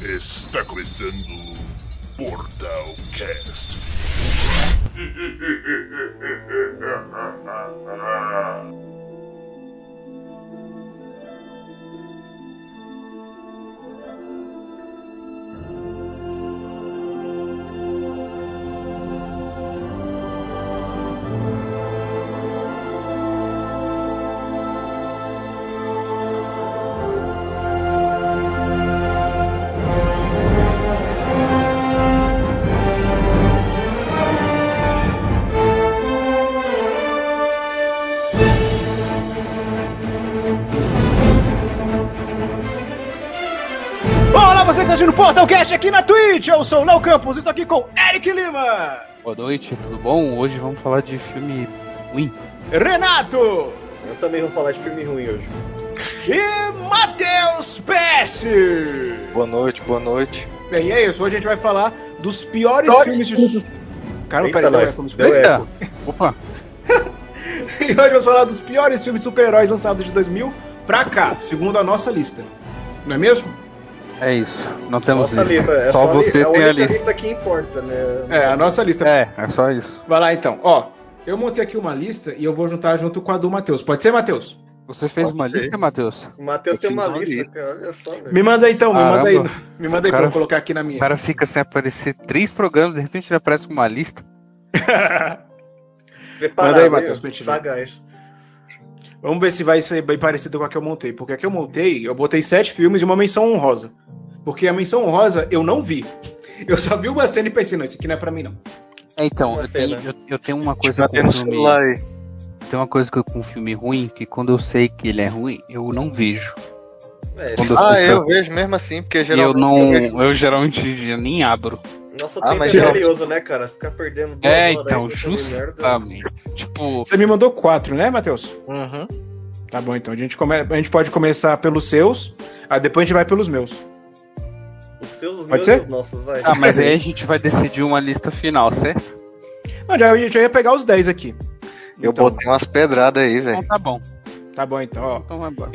Está começando Portal Cast. Olá, você que está assistindo o Portalcast aqui na Twitch. Eu sou o Léo Campos e estou aqui com Eric Lima, Boa noite, tudo bom? Hoje vamos falar de filme ruim. Renato Eu também vou falar de filme ruim hoje. e Matheus PS. Boa noite, boa noite. Bem, é isso. Hoje a gente vai falar dos piores filmes de... Caramba, Eita, peraí, não nós. é filme de Deu super-herói? Eita! Opa! E hoje vamos falar dos piores filmes de super-heróis lançados de 2000 pra cá, segundo a nossa lista. Não é mesmo? É isso, não temos Nossa, lista. Lima, é só, a você li- é tem a única lista. que importa, né? É, a nossa lista. É, é só isso. Vai lá então. Ó, eu montei aqui uma lista e eu vou juntar junto com a do Matheus. Pode ser, Matheus? Você fez Ok. uma lista, Matheus? O Matheus Eu tem uma fiz uma lista, lista. cara. Olha só, velho. Me manda aí, então, me Caramba. manda aí. Me manda aí pra Cara, eu colocar aqui na minha. O cara fica sem aparecer três programas, de repente já aparece com uma lista. Preparado, Manda aí, hein? Matheus, pra gente ver. Sagaz. Vamos ver se vai ser bem parecido com a que eu montei. Porque a que eu montei, eu botei sete filmes e uma menção honrosa. Porque a menção honrosa eu não vi. Eu só vi uma cena e pensei, não, isso aqui não é pra mim, não. É, então, Uma eu tenho, cena. eu- eu tenho uma coisa Já com tem no filme. celular aí. Tem uma coisa que eu- com filme ruim, que quando eu sei que ele é ruim, eu não vejo. É, Quando Então, Ah, sei que eu vejo mesmo assim, porque eu, eu geralmente. não. vejo. Eu geralmente nem abro. nosso Ah, tempo mas é já- valioso, né, cara? Ficar perdendo duas É, horas então, aí com essa merda. justamente. Tipo, Você me mandou quatro, né, Matheus? Uhum. Tá bom, então. A gente, come... a gente pode começar pelos seus, aí depois a gente vai pelos meus. Os seus, os Pode meus ser? e os nossos, vai. ah, mas aí a gente vai decidir uma lista final, certo? Não, já, eu já ia pegar os dez aqui. Eu Então, botei umas pedradas aí, Então velho. tá bom. Tá bom, então. Ó. Então vai embora.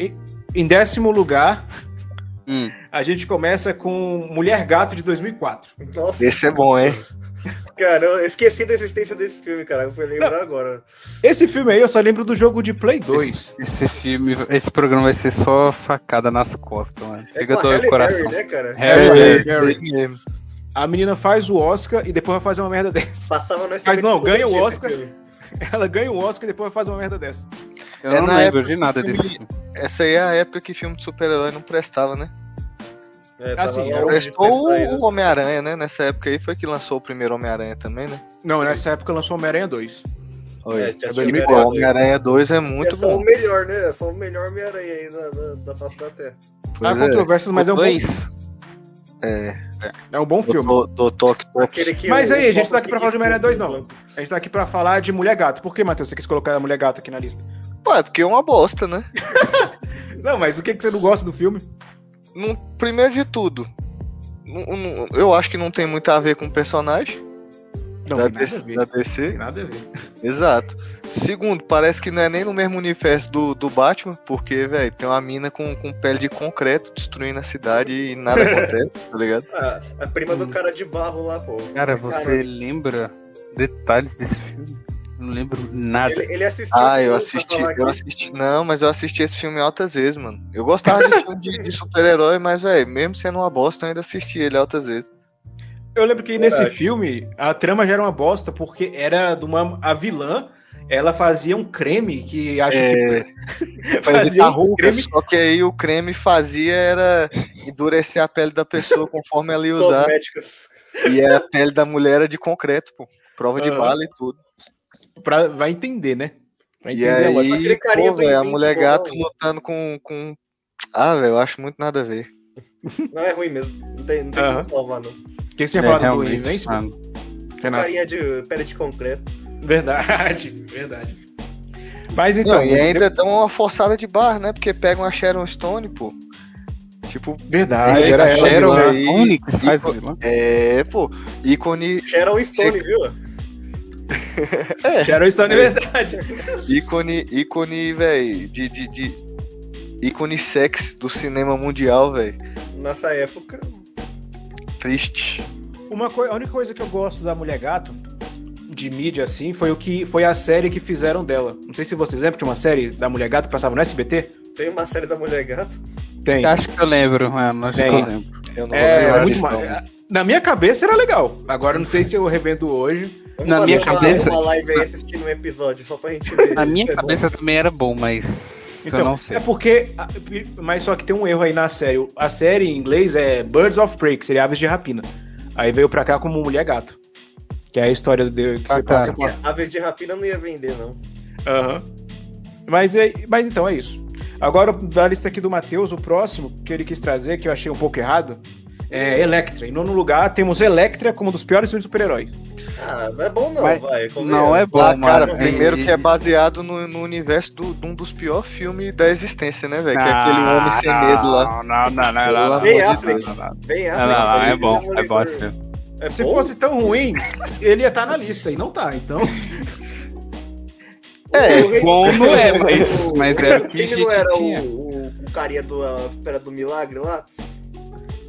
Em décimo lugar, Hum. a gente começa com Mulher Gato de 2004. Nossa, Esse é bom, hein? cara, eu esqueci da existência desse filme, cara. Eu fui lembrar agora. Esse filme aí eu só lembro do jogo de Play 2. Esse, esse filme, esse programa vai ser só facada nas costas, mano. Fica É com a doendo Halle o coração. Berry, né, cara? Harry, É, É, Harry. ele mesmo. A menina faz o Oscar e depois vai fazer uma merda dessa. Passava no Mas não, SBT ganha o esse Oscar. filme. Ela ganha o Oscar e depois vai fazer uma merda dessa. eu É não na lembro época de nada que desse eu filme. Essa aí é a época que filme de super-herói não prestava, né? É, tava Assim, longe era um- de Prestou prestar ainda. o Homem-Aranha, né? Nessa época aí foi que lançou o primeiro Homem-Aranha também, né? Não, nessa época lançou Homem-Aranha 2. É, Oi. já é tinha 2000, Pô, ganhado. Homem-Aranha né? 2 é muito é só bom. o melhor, né? É só o melhor Homem-Aranha aí da, da, da face da Terra. Há Pois é. controvérsias, mas é um, bom, Dois. É, é um bom filme. do, do Tok Aquele que Mas o- aí, a gente o tá aqui pra falar de Homem-Aranha dois, não. Blanco. A gente tá aqui pra falar de Mulher Gato. Por que, Matheus, você quis colocar a Mulher Gato aqui na lista? Pô, é porque é uma bosta, né? Não, mas o que, que você não gosta do filme? Num- primeiro de tudo, num- num- eu acho que não tem muito a ver com o personagem Não, da, tem nada a DC, ver. da Não DC. Tem nada a ver. Exato. Segundo, parece que não é nem no mesmo universo do, do Batman, porque, velho, tem uma mina com, com pele de concreto destruindo a cidade e nada acontece, tá ligado? Ah, a prima do cara de barro lá, pô. Cara, você Cara. lembra detalhes desse filme? Não lembro nada. Ele, ele assistiu. Ah, eu pra assisti, falar eu que- assisti. Não, mas eu assisti esse filme altas vezes, mano. Eu gostava de filme de, de super-herói, mas, velho, mesmo sendo uma bosta, eu ainda assisti ele altas vezes. Eu lembro que nesse Coragem. filme, a trama já era uma bosta, porque era de uma... A vilã, ela fazia um creme que acho É, que... Pra fazia evitar um rugas, creme... Só que aí o creme fazia era endurecer a pele da pessoa conforme ela ia usar. Cosméticos. E a pele da mulher era de concreto, pô. Prova de Aham. bala e tudo. Pra... Vai entender, né? Vai E entender a lógica. Aquele aí, carinha pô, do velho, a Invincible, mulher gato não. lutando com. com... Ah, velho, eu acho muito nada a ver. Não é ruim mesmo. Não tem, não tem Aham. como salvar, não. O que você ia É, falar do realmente, Invincible? mano. Renato? Carinha de pele de concreto. Verdade, verdade. Mas então. Não, e ainda dão uma forçada de barra, né? Porque pegam a Sharon Stone, pô. Tipo, Verdade, Aí, era a ela. Sharon, vilã. né? aí, A única que faz fica- vilã. é, pô, ícone, Sharon Stone, viu? Sharon Stone, é verdade. ícone, ícone, velho, de, de, de. ícone sex do cinema mundial, velho. Nessa época. Triste. Uma coi- a única coisa que eu gosto da Mulher Gato, de mídia assim, foi o que foi a série que fizeram dela. Não sei se vocês lembram de uma série da Mulher Gato que passava no SBT? Tem uma série da Mulher Gato. Tem. Acho que eu lembro, mano. Acho que eu Tem. lembro. Eu não É, vou era lembrar muito disso, ma- não. Na minha cabeça era legal. Agora eu não sei se eu revendo hoje. Vamos Na fazer minha uma- cabeça- Uma live aí assistindo um episódio só pra gente ver. Na minha Isso é bom. cabeça também era bom, mas eu não sei. é porque. a- Mas só que tem um erro aí na série. A série em inglês é Birds of Prey, que seria aves de rapina. Aí veio pra cá como mulher gato. Que é a história de, que Ah, você cara. passa por. Aves de rapina não ia vender, não. Aham. Mas, é- mas então é isso. Agora, da lista aqui do Matheus, o próximo que ele quis trazer, que eu achei um pouco errado, é Electra. Em nono lugar, temos Electra como um dos piores filmes de super-herói. Ah, não é bom não, Mas vai. convenhamos. Não é bom, Ah, cara, mano. primeiro E- que é baseado no, no universo do- de um dos piores filmes da existência, né, velho? Que é Ah, aquele Homem Sem Medo lá. Não, não, não, não, não, não. Bem não, Affleck. não, não, não. Bem Não, ácido, não, não, é Demolidor. bom, é bom esse filme. É Se bom? fosse tão ruim, ele ia estar na lista, e não tá, então. É, O- Bom não é, mas, mas era o que a Ele não gente era tinha. o, o, o carinha do a Espera do Milagre lá?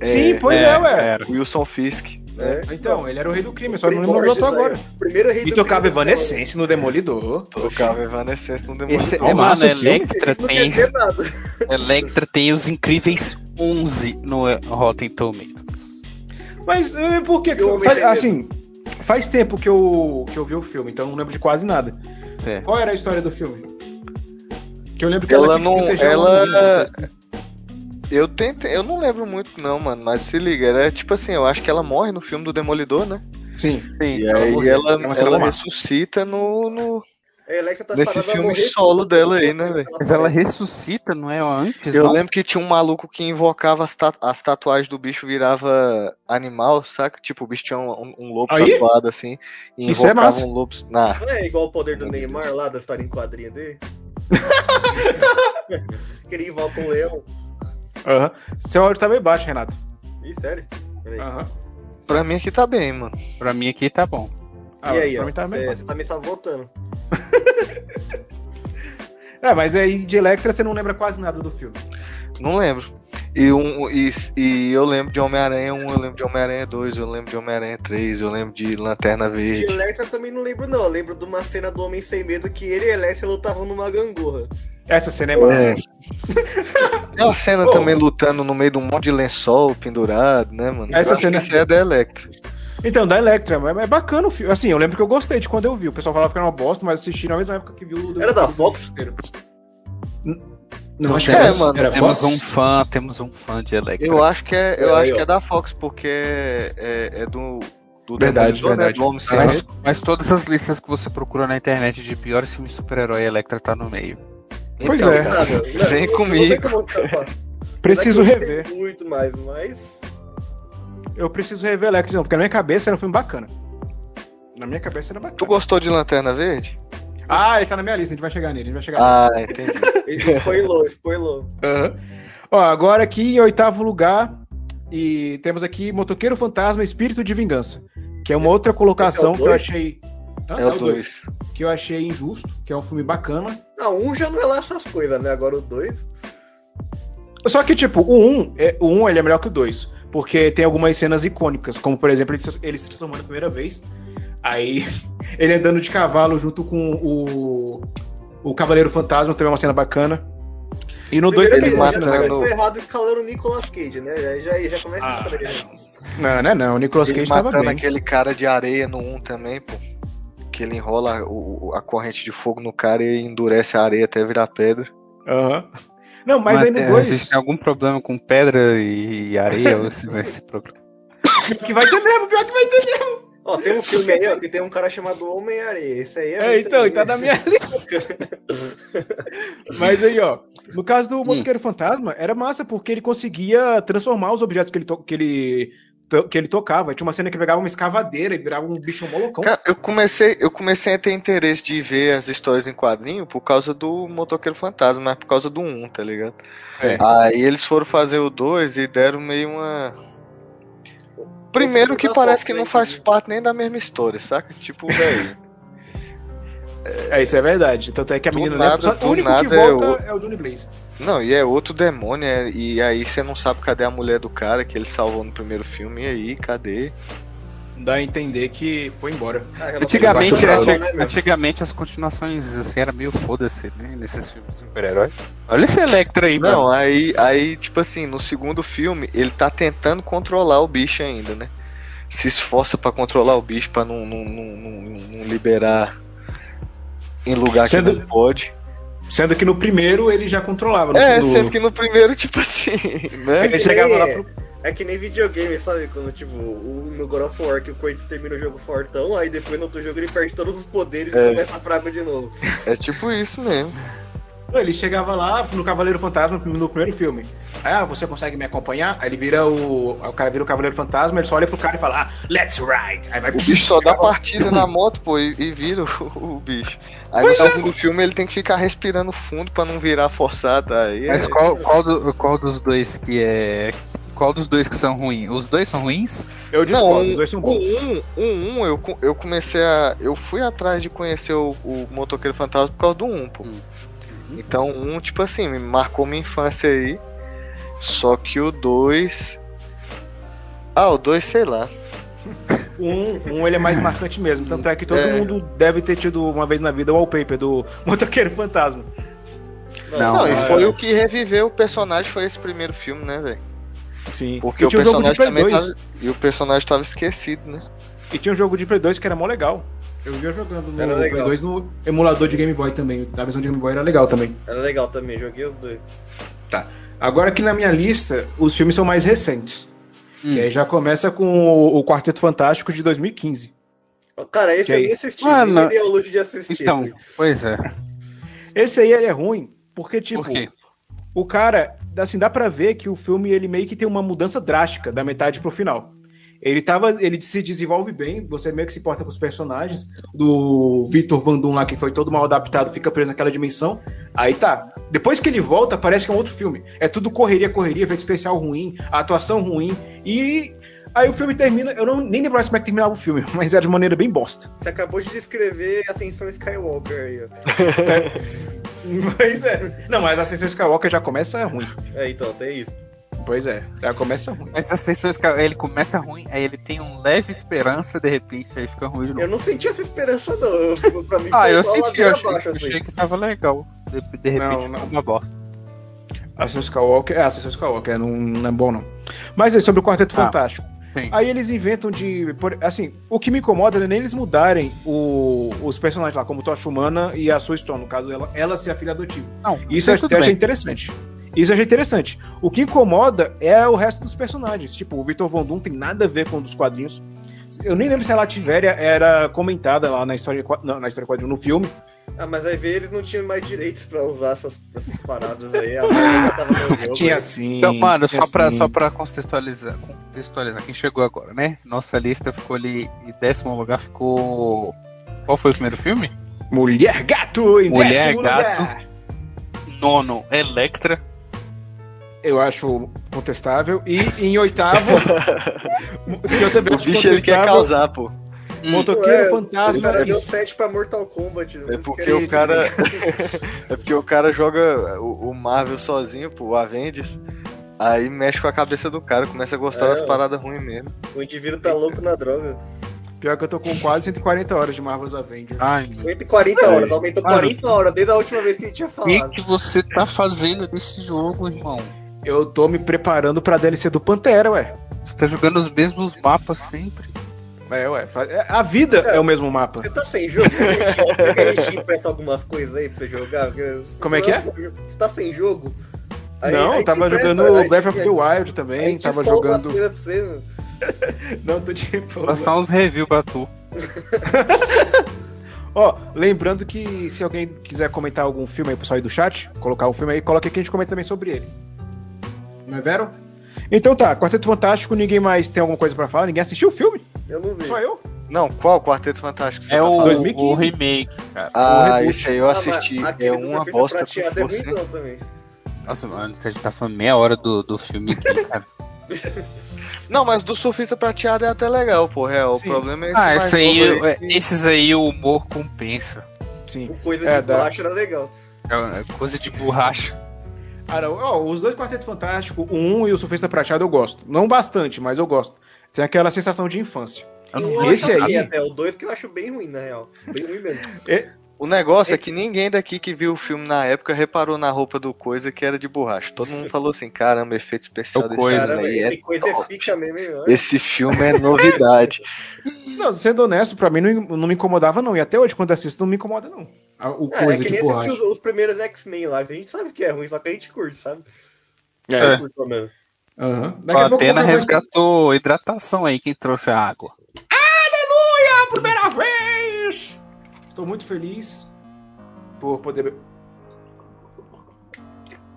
Sim, pois é, ué. era. Wilson Fisk. né? Então, ele era o rei do crime, só que não lembro Primórdios, onde eu tô né? agora. Primeiro rei E do tocava crime. Evanescence no Demolidor. Tocava Evanescence no Demônio. Esse, Não, é, massa mano, o filme. Electra Não tem, quer dizer nada. Electra tem os incríveis 11 no eh, Rotten Tomatoes. Mas eh, por que? que- E o Homem faz- Sem Medo? assim, faz tempo que eu, que eu vi o filme, então não lembro de quase nada. Certo. Qual era a história do filme? Que eu lembro que Ela ela, tinha não- que proteger ela- um menino. Eu tentei, eu não lembro muito não, mano, mas se liga, era tipo assim, eu acho que ela morre no filme do Demolidor, né? assim. Sim. E ela aí morreu. ela, É uma cena ela massa. ressuscita no, no- A Electra tá nesse sarada a filme morrer. solo dela aí, né, velho? Mas ela ressuscita, não é? Antes, Eu não? lembro que tinha um maluco que invocava as, ta- as tatuagens do bicho, virava animal, saca? Tipo, o bicho tinha um, um- um lobo Aí? tatuado assim, e Isso é invocava massa. um lobo. Nah, Não é igual o poder do Neymar lá da história em quadrinha dele? que ele invoca um leão. Aham. Seu áudio tá meio baixo, Renato. Ih, sério? Peraí. pra mim aqui tá bem, mano. Pra mim aqui tá bom. Ah, e aí, pra ó, mim tá meio você, você tá me sabotando. É, mas aí de Electra você não lembra quase nada do filme. Não lembro. E, um, e, e eu lembro de Homem-Aranha 1, eu lembro de Homem-Aranha 2, eu lembro de Homem-Aranha 3, eu lembro de Lanterna De Verde. Electra eu também não lembro, não. Eu lembro de uma cena do Homem Sem Medo que ele e Electra lutavam numa gangorra. Essa cena é massa. Tem uma cena Pô. também lutando no meio de um monte de lençol pendurado, né, mano? Essa Eu acho cena- assim. que essa é da Electra. Então, da Electra, mas é bacana o filme. Assim, eu lembro que eu gostei de quando eu vi. O pessoal falava que era uma bosta, mas eu assisti na mesma época que vi o. do- Era da Fox? N- Não, acho que É, era, mano, era Temos Fox. um fã, temos um fã de Electra. Eu acho que é, eu Aí, acho ó. que é da Fox, porque é, é- é do. do Verdade, Demolidor, verdade. Né? Do Homem Sem mas, Medo. mas todas as listas que você procura na internet de piores filmes de super-herói, Electra tá no meio. Pois Então, é. cara, Nada, não- Vem não- não comigo. tem como é tá escapar. Preciso Não é que eu rever. sei Muito mais, mas. Eu preciso rever Electra, não, porque na minha cabeça era um filme bacana. Na minha cabeça era Tu bacana. gostou de Lanterna Verde? Ah, ele tá na minha lista, a gente vai chegar nele, a gente vai chegar nele. Ah, entendi. Ele spoilou, spoilou. Aham. Ó, agora aqui em oitavo lugar, e temos aqui Motoqueiro Fantasma Espírito de Vingança, que é uma outra colocação Esse é o que eu dois? achei. Hã? É o 2. dois, Que eu achei injusto, que é um filme bacana. Não, um já não é lá essas coisas, né? Agora o dois. Só que, tipo, o 1, um, é, o um, ele é melhor que o 2. Porque tem algumas cenas icônicas, como por exemplo, ele se, ele se transformando a primeira vez. Aí ele andando de cavalo junto com o. O Cavaleiro Fantasma também é uma cena bacana. E né? no 2 Primeiro tem ele que uma mata- cena já matando- começou errado escalando o Nicolas Cage, né? Aí já, já começa Ah, a estranho. Não, não, é não. O Nicolas Ele Cage tava matando bem. aquele cara de areia no 1 um também, pô. Que ele enrola o- o- a corrente de fogo no cara e endurece a areia até virar pedra. Aham. Não, mas, aí no é, 2. Existe algum problema com pedra e areia? ou esse, esse problema? Que vai ter mesmo, pior que vai ter. Ó, tem um filme aí, ó, que tem um cara chamado Homem-Areia. Isso aí é. É, então, e tá na minha lista. Mas aí, ó. No caso do Motoqueiro Fantasma, era massa, porque ele conseguia transformar os objetos que ele, to- que ele, to- que ele tocava. Tinha uma cena que ele pegava uma escavadeira e virava um bicho molocão. Cara, eu comecei, eu comecei a ter interesse de ver as histórias em quadrinho por causa do Motoqueiro Fantasma, mas por causa do 1, um, tá ligado? É. Aí eles foram fazer o 2 e deram meio uma. Primeiro que parece que não faz parte nem da mesma história, saca? Tipo, velho. É, isso é verdade. Tanto é que a Do menina nada, lembra. Só, do o único que nada é volta é o Johnny Blaze. Não, e é outro demônio, é- e aí você não sabe cadê a mulher do cara que ele salvou no primeiro filme, e aí, cadê? Dá a entender que foi embora. Ah, Antigamente, tipo- Ele baixou anti- é, né, antigamente as continuações assim era meio foda-se, né? Nesses filmes de super-herói. Olha esse Electra aí, mano. Não, aí, aí, tipo assim, no segundo filme, ele tá tentando controlar o bicho ainda, né? Se esforça pra controlar o bicho, pra não, não, não, não- não liberar em lugar Sendo- que não pode. Sendo que no primeiro ele já controlava. No, É, no- sendo que no primeiro, tipo assim, né? Ele chegava lá pro. É que nem videogame, sabe? Quando, tipo, o- no God of War que o Kratos termina o jogo fortão, aí depois no outro jogo ele perde todos os poderes É. e começa fraco de novo. É tipo isso mesmo. Ele chegava lá no Cavaleiro Fantasma no primeiro filme. Aí, Ah, você consegue me acompanhar? Aí ele vira o. O cara vira o Cavaleiro Fantasma, ele só olha pro cara e fala, ah, let's ride. Aí vai O bicho só dá partida na moto, pô, e, e vira o, o bicho. Aí no é. segundo filme ele tem que ficar respirando fundo pra não virar forçado. Aí é- Mas qual, qual, do- qual dos dois que é. Qual dos dois que são ruins? Os dois são ruins? Eu Não, discordo, os dois são O bons. 1, o 1 eu, co- eu comecei a. Eu fui atrás de conhecer o, o Motoqueiro Fantasma por causa do 1, pô. Hum. Então, um, tipo assim, me marcou minha infância aí. Só que o 2. Ah, o 2, sei lá. Um, um ele é mais marcante mesmo. Tanto é que todo É. mundo deve ter tido uma vez na vida o wallpaper do Motoqueiro Fantasma. Ah, Não, Não, é. e foi o que reviveu o personagem, foi esse primeiro filme, né, velho? Sim. Porque e o tinha um jogo de personagem Play também tá 2. tava. E o personagem tava esquecido, né? E tinha um jogo de Play 2 que era mó legal. Eu ia jogando no Era legal. Play 2 no emulador de Game Boy também. A versão de Game Boy era legal também. Era é legal também, joguei os dois. Agora aqui na minha lista, os filmes são mais recentes. Hum. Que aí já começa com o, o Quarteto Fantástico de 2015. Cara, esse Que eu aí? nem assisti, é Mano, nem me dei ao luxo de assistir. assim. Então, esse. pois é. Esse aí ele é ruim, porque tipo, Por quê? o cara, assim, dá pra ver que o filme ele meio que tem uma mudança drástica da metade pro final. Ele tava, ele se desenvolve bem, você meio que se importa com os personagens, do Victor Van Doom lá que foi todo mal adaptado, fica preso naquela dimensão. Aí tá. Depois que ele volta, parece que é um outro filme. É tudo correria, correria, efeito especial ruim, atuação ruim e aí o filme termina, eu não nem lembro mais como é que terminava o filme, mas é de maneira bem bosta. Você acabou de descrever Ascensão Skywalker aí, ó. Pois é. Não, mas a Ascensão Skywalker já começa ruim. É, então, tem isso. Pois é, já começa ruim. Mas as sessões que ele começa ruim, aí ele tem um leve esperança, de repente aí fica ruim de novo. Eu não senti essa esperança, não. Eu- tipo, Pra mim, Ah, foi eu igual a senti, eu ladeira achei, abaixo, eu assim. achei que tava legal. De, de repente Não, ficou não. uma bosta. Ascensão Skywalker, é, Ascensão Skywalker, não, não é bom não. Mas é sobre o Quarteto Ah, Fantástico. sim. Aí eles inventam de, por- assim, o que me incomoda não é nem eles mudarem o- os personagens lá, como Tocha Humana e a Sue Storm, no caso ela, ela ser a filha adotiva. Não, Isso eu tudo até achei bem. interessante. Isso eu achei interessante. O que incomoda é o resto dos personagens. Tipo, o Victor Von Doom tem nada a ver com um dos quadrinhos. Eu nem lembro se a Lativéria era comentada lá na história, qua- não, na história quadrinho, no filme. Ah, mas aí vê, eles não tinham mais direitos pra usar essas, essas paradas aí. A Marvel já tava no jogo. Tinha né? sim. Então, mano, tinha só pra, sim. só pra contextualizar, contextualizar, quem chegou agora, né? Nossa lista ficou ali em décimo lugar, ficou. Qual foi o primeiro filme? Mulher Gato em Mulher décimo Gato. lugar. Nono, Electra. Eu acho contestável. E em oitavo. que eu também O acho bicho ele quer contestável, causar, um pô. Motoqueiro Ué, O Fantasma. é cara né? deu e- 7 pra Mortal Kombat. né? É porque o cara. né? é porque o cara joga o, o Marvel sozinho, pô, o Avengers. Aí mexe com a cabeça do cara, começa a gostar É, das ó. paradas ruins mesmo. O indivíduo tá louco na droga. Pior que eu tô com quase 140 horas de Marvel's Avengers. Ai, meu 140 horas, aumentou É. Mano. 40 horas desde a última vez que a gente tinha O que, falado. que você tá fazendo nesse jogo, irmão? Eu tô me preparando pra DLC do Pantera, ué. Você tá jogando os mesmos mapas sempre. É, ué. fa- é, A vida é o mesmo mapa. Você tá sem jogo? Por que a gente empresta algumas coisas aí pra você jogar? Porque- Como é que é? Você tá sem jogo? não, eu tava jogando Breath of the é Wild também. Tava jogando. Coisas pra você, né? Não, tô tipo. Passar uns review pra tu. Ó, lembrando que se alguém quiser comentar algum filme aí, pessoal aí do chat, colocar um filme aí, coloca aqui que a gente comenta também sobre ele. Não é vero? Então tá, Quarteto Fantástico, ninguém mais tem alguma coisa pra falar? Ninguém assistiu o filme? Eu não vi. Só eu? Não, qual Quarteto Fantástico você É tá o, falando? 2015. o remake, cara. o Ah, reboot. esse aí eu Ah, mas assisti. aquele é do uma surfista bosta que prateado é você. ruimzão também. Nossa, mano, a gente tá falando meia hora do, do filme aqui, cara. Não, mas do surfista prateado é até legal, pô. É, o Sim. problema é esse. ah, mais esse aí, novo é- esses aí o humor compensa. Sim. O coisa É, de dá. baixo era legal. É uma coisa de borracha. Ah, não. Ó, os dois Quarteto Fantástico, o 1 e o Surfista Prateado, eu gosto. Não bastante, mas eu gosto. Tem aquela sensação de infância. Eu O não Esse outro eu aí- vi Até o 2 que eu acho bem ruim, na real. Bem ruim mesmo. O negócio é que ninguém daqui que viu o filme na época reparou na roupa do coisa que era de borracha. Todo mundo falou assim: caramba, efeito especial É o desse Coisa, filme Caramba, aí é esse coisa é top. pica mesmo, hein? mano? Esse filme é novidade. Não, sendo honesto, pra mim não, não me incomodava, não. E até hoje, quando assisto, não me incomoda, não. A- Ah, O É, coisa é que de nem assistir borracha. os, os primeiros X-Men lá. A gente sabe que é ruim, só que a gente curte, sabe? É. Curte, pelo menos. Aham. Daqui A Atena qualquer coisa- resgatou hidratação aí, quem trouxe a água. Aleluia! Primeira vez! Estou muito feliz por poder be-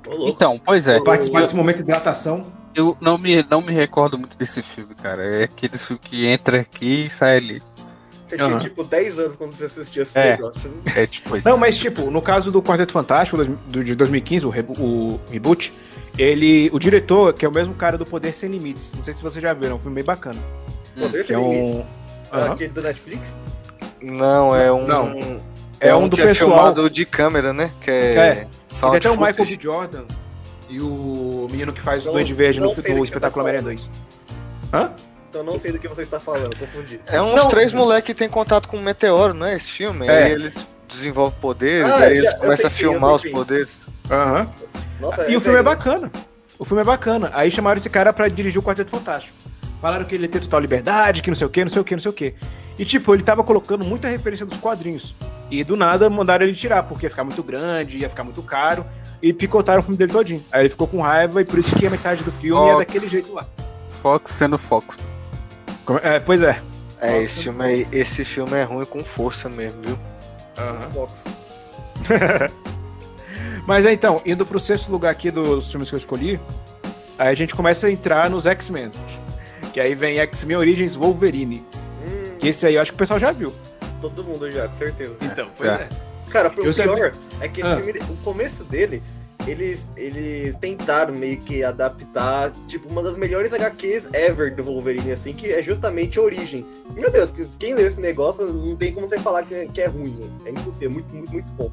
Ô, louco. Então, pois é. participar desse momento de hidratação. Eu não me, não me recordo muito desse filme, cara. É aquele filme que entra aqui e sai ali. Você tinha Aham. tipo 10 anos quando você assistia esse É. negócio. É tipo isso. Não, mas tipo, no caso do Quarteto Fantástico dois- do- de 2015, o, re- o reboot, ele, o diretor, que é o mesmo cara do Poder Sem Limites, não sei se vocês já viram, é um filme bem bacana. Poder Que sem é limites. um, Ah, Aham. Aquele do Netflix? Não, é um. Não. É, um, do que é pessoal. filmado de câmera, né? Que é. É. Tem found até o footage. Michael B. Jordan e o menino que faz o Não- Duende Verde no, não sei do que no você espetáculo tá Homem-Aranha 2. Hã? Então não sei do que você está falando, confundi. É uns Não. três moleques que tem contato com um meteoro, não é esse filme? É. Aí eles desenvolvem poderes, Ah, aí já- eles eu começam a sei quem, eu filmar sei os quem. poderes. Aham. Nossa, E é o filme é sério. bacana. O filme é bacana. Aí chamaram esse cara pra dirigir o Quarteto Fantástico. Falaram que ele ia ter total liberdade, que não sei o que, não sei o que, não sei o que. E tipo, ele tava colocando muita referência dos quadrinhos. E do nada mandaram ele tirar, porque ia ficar muito grande, ia ficar muito caro. E picotaram o filme dele todinho. Aí ele ficou com raiva e por isso que a metade do filme é Fox. daquele jeito lá. Fox sendo Fox. Como- é, pois é. É, esse filme, aí, esse filme é ruim com força mesmo, viu? Fox. Mas é, então, indo pro sexto lugar aqui dos filmes que eu escolhi, aí a gente começa a entrar nos X-Men. Que aí vem X-Men Origins Wolverine. Hum, Que esse aí eu acho que o pessoal já viu. todo mundo já, com certeza. Então, pois É. é. Cara, o Eu pior sabia- é que Ah. esse filme, o começo dele, eles, eles tentaram meio que adaptar, tipo, uma das melhores HQs ever do Wolverine, assim, que é justamente a origem. Meu Deus, que- quem lê esse negócio não tem como você falar que é, que é ruim. né? É impossível, é muito, muito, muito bom.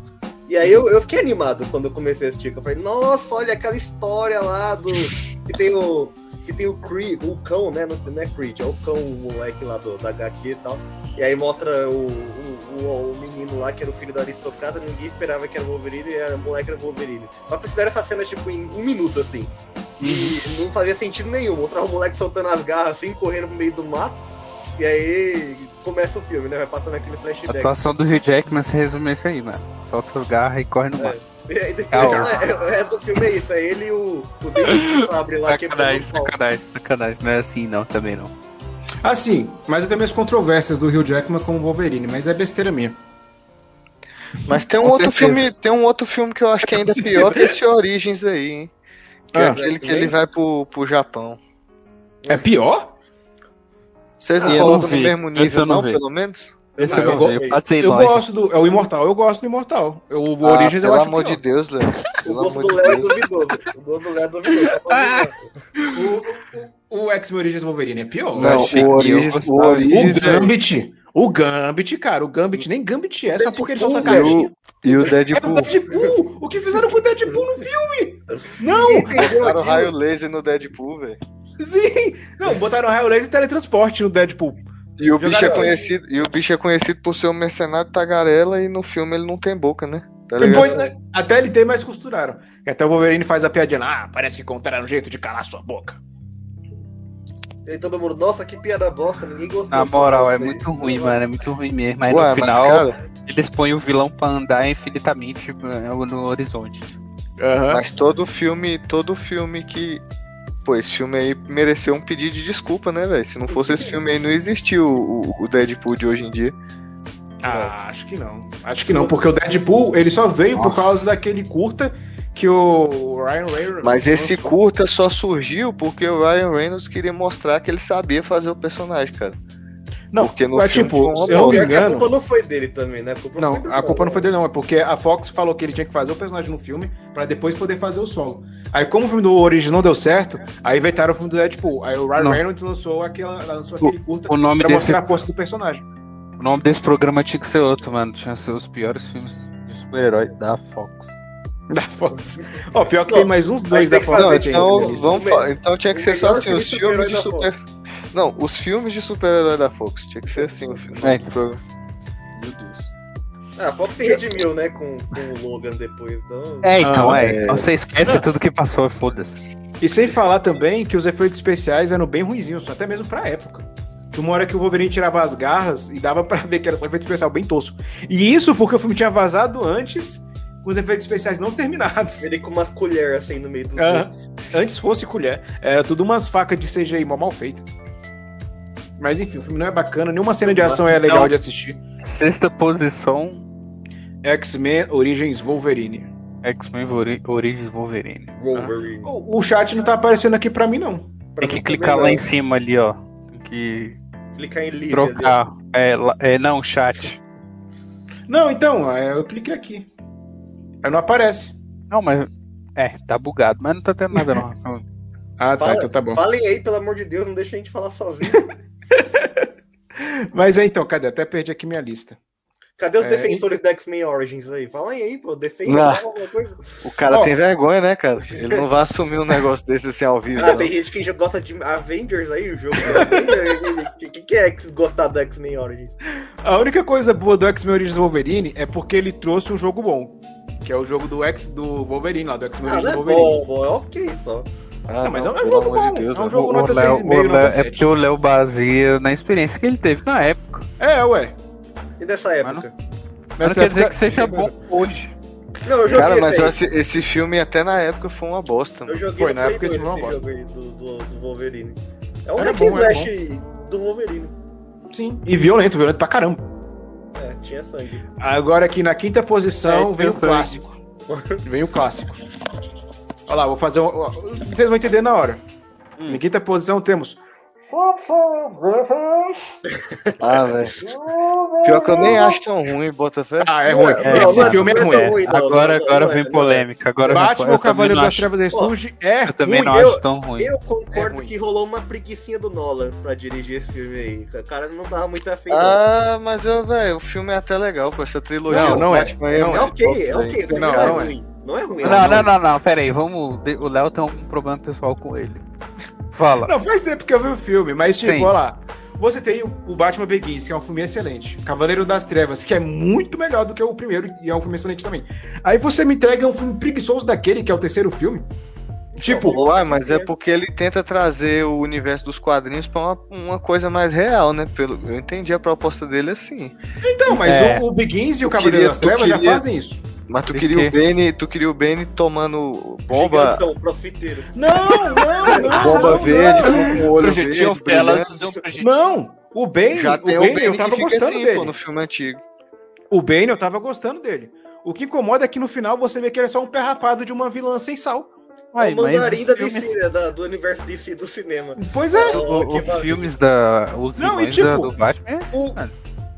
E aí eu, eu fiquei animado quando eu comecei a assistir. que Eu falei, nossa, olha aquela história lá do. Que tem o. Que tem o Creed, o cão, né? Não, não é Creed, é o cão, o moleque lá do, da HQ e tal. E aí mostra o, o, o- o menino lá que era o filho do aristocrata, ninguém esperava que era o Wolverine e era o moleque era o Wolverine. Só que fizeram essa cena tipo em um minuto assim. E Uhum. não fazia sentido nenhum. Mostrar o moleque soltando as garras assim, correndo no meio do mato. E aí começa o filme, né? Vai passando aquele A flashback. atuação do Hugh Jackman se resume a isso aí, mano. Solta as garras e corre no mar. E aí depois, Calma. é, é do filme é isso, é ele e o, o David Sabre lá quebrando Sacanagem, o pau. sacanagem, sacanagem. Não é assim não, também não. Assim, mas eu tenho minhas controvérsias do Hugh Jackman com o Wolverine, mas é besteira minha. Mas tem um, Com outro certeza. filme, tem um outro filme que eu acho que ainda é pior que esse Origins aí, hein? Que é Ah. aquele que ele vai pro, pro Japão. É pior? Vocês não Ah, eu colocam não no vi. mesmo Esse nível, eu não não, vi. pelo menos? Esse Ah, eu eu não vi, eu go- passei eu longe. gosto do. É o Imortal, eu gosto do Imortal. Eu, o Ah, Origins eu pelo acho amor de pior. Deus, Léo. O Pelo gosto amor do de Léo é Deus. duvidoso. O gosto do Léo é duvidoso. O, o, o X-Men Origins Wolverine é pior. Não, achei o que eu Origins- gostava. o o Origins- é- isso, Gambit. O Gambit, cara, o Gambit nem Gambit é, só porque ele solta a E caixinha. o, e o É o Deadpool. Deadpool! O que fizeram com o Deadpool no filme? Não! Botaram é raio laser no Deadpool, velho. Sim! Não, botaram raio laser e teletransporte no Deadpool. E o, bicho é Jogaram- conhecido, e o bicho é conhecido por ser um mercenário tagarela e no filme ele não tem boca, né? Tá ligado? Depois, né, até ele tem, mas costuraram. E até o Wolverine faz a piadinha. Ah, parece que encontraram um jeito de calar sua boca. E aí todo mundo, tá nossa, que piada bosta, ninguém gostou. Na moral, é muito ruim, mano. É muito ruim mesmo. Mas Ué, no mas, final, cara, eles põem o vilão pra andar infinitamente mano, no horizonte. Aham. mas todo filme, todo filme que. Pô, esse filme aí mereceu um pedido de desculpa, né, velho? Se não fosse esse filme aí, não existia o, o- o Deadpool de hoje em dia. Ah, acho que não. Acho que não, porque o Deadpool, ele só veio por Nossa. causa daquele curta que o Ryan Reynolds... Mas esse lançou. curta só surgiu porque o Ryan Reynolds queria mostrar que ele sabia fazer o personagem, cara. Não, porque no é filme um tipo, foi uma se eu não me Pior bosta. que a culpa engano... não foi dele também, né? A culpa foi Não, do a culpa não cara. foi dele não, é porque a Fox falou que ele tinha que fazer o personagem no filme pra depois poder fazer o solo. Aí como o filme do Origins não deu certo, aí inventaram o filme do Deadpool. Aí o Ryan Não. Reynolds lançou, aquela, lançou aquele curta O nome pra desse mostrar a força do personagem. O nome desse programa tinha que ser outro, mano. Tinha que ser os piores filmes de super-herói da Fox. Da Fox. Ó, pior que tem mais uns dois tem da que Fox. fazer, aqui tem ainda na Então, lista. vamos falar- então tinha que O ser só melhor é assim, os filme filmes de de super. Não, os filmes de super-herói da Fox. Tinha que ser assim o filme. É. Meu Pro- Deus. Ah, a Fox se redimiu, né, com, com o Logan depois, então... É, então, Ah, é. é. Então Você esquece tudo que passou, foda-se. E sem falar também que os efeitos especiais eram bem ruinzinhos, até mesmo pra época. Tinha uma hora que o Wolverine tirava as garras e dava pra ver que era só um efeito especial bem tosco. E isso porque o filme tinha vazado antes, com os efeitos especiais não terminados. Ele com umas colheres assim no meio do... Ah, antes fosse colher. Era tudo umas facas de CGI mal, mal feita. Mas enfim, o filme não é bacana, nenhuma cena de ação é legal Não. de assistir. Sexta posição, X-Men Origins Wolverine. X-Men Ori- Origins Wolverine. Wolverine. O, o chat não tá aparecendo aqui pra mim, não. Pra Tem que mim clicar também lá não. em cima ali, ó. Tem que Clicar em livre. ali. trocar. É, lá- é, não, chat. Não, então, é, eu cliquei aqui. Aí não aparece. Não, mas. É, tá bugado, mas não tá tendo nada não. Ah, tá, Fala- então tá bom. Falem aí, pelo amor de Deus, não deixa a gente falar sozinho. Mas é então, cadê? Até perdi aqui minha lista. Cadê os É, defensores da X-Men Origins aí? Falem aí, pô, defende Ah. Não. fala alguma coisa. O cara Ó. tem vergonha, né, cara? Ele não vai assumir um negócio desse assim ao vivo. Ah, não. tem gente que já gosta de Avengers aí, o jogo do Avengers. O que, que é que gostar do X-Men Origins? A única coisa boa do X-Men Origins Wolverine é porque ele trouxe um jogo bom. Que é o jogo do X do Wolverine, lá do X-Men Ah, não Origins é Wolverine. bom, bom, é ok só. Ah, Não, mas é um pelo jogo amor bom, de Deus, é um né? jogo O nota Léo- 6,5, o nota tá Léo- É 7. porque o Léo baseia na experiência que ele teve na época. É, ué. E dessa Mas não- época? Mas não quer dizer que seja bom hoje. Não, eu joguei Cara, mas esse aí. esse, esse filme até na época foi uma bosta. Eu Mano. joguei Foi, no na época Play esse 2 não é uma jogo aí do, do, do Wolverine. É um Era hack and bom, era slash do Wolverine. Sim. E violento, violento pra caramba. É, tinha sangue. Agora aqui na quinta posição vem É, o pensando. clássico. Vem o clássico. Olha lá, vou fazer um. ó, Vocês vão entender na hora. Hum. Na quinta posição temos. Ah, velho. Pior que eu nem acho tão ruim, Botafé. Ah, é ruim. É, Esse não é- filme é não ruim. tão ruim, não, Agora, não, agora não é, vem não é. polêmica. Agora vem Batman, polêmica. o Cavaleiro das acho, Trevas Ressurge é Eu também ruim. não Eu- acho tão ruim. Eu concordo ruim. que rolou uma preguicinha do Nolan pra dirigir esse filme aí. O cara não tava muito afim. não. Ah, mas eu, velho, o filme é até legal com essa trilogia. Não, do não é. Batman aí, Não mano. é ok, é ok. o filme Não, Não, não é é. ruim. Não é ruim. Não, não, não, não, pera aí, vamos. de- O Léo tem um problema pessoal com ele. Fala. Não, faz tempo que eu vi o filme, mas tipo, Sim. olha lá. Você tem o o Batman Begins, que é um filme excelente. Cavaleiro das Trevas, que é muito melhor do que o primeiro, e é um filme excelente também. Aí você me entrega um filme preguiçoso daquele, que é o terceiro filme. Tipo, Uai, mas é porque ele tenta trazer o universo dos quadrinhos pra uma, uma coisa mais real, né? Pelo, eu entendi a proposta dele assim. então, mas É. o, o Begins e o Tu Cavaleiro queria- das tu Trevas já queria- fazem isso. Mas tu Diz queria o que- Benny, tu queria o Benny tomando bomba, Gigantão, profiteiro. Não, não, não. bomba Ah, não, verde, com o olho Projetil verde, brilhante. Felas, um projetil. Não, o Bane, Já o tem Bane, o Benny eu que tava fica gostando assim, dele. pô, no filme antigo. O Bane, eu tava gostando dele. O que incomoda é que no final você vê que ele é só um pé rapado de uma vilã sem sal. Ai, é o mas mandarim da os filmes, DC, né, da- do universo DC do cinema. Pois é. Ô, que os bagulho. filmes da. Os Não, vilões e da- tipo, do Batman é assim, o- mano.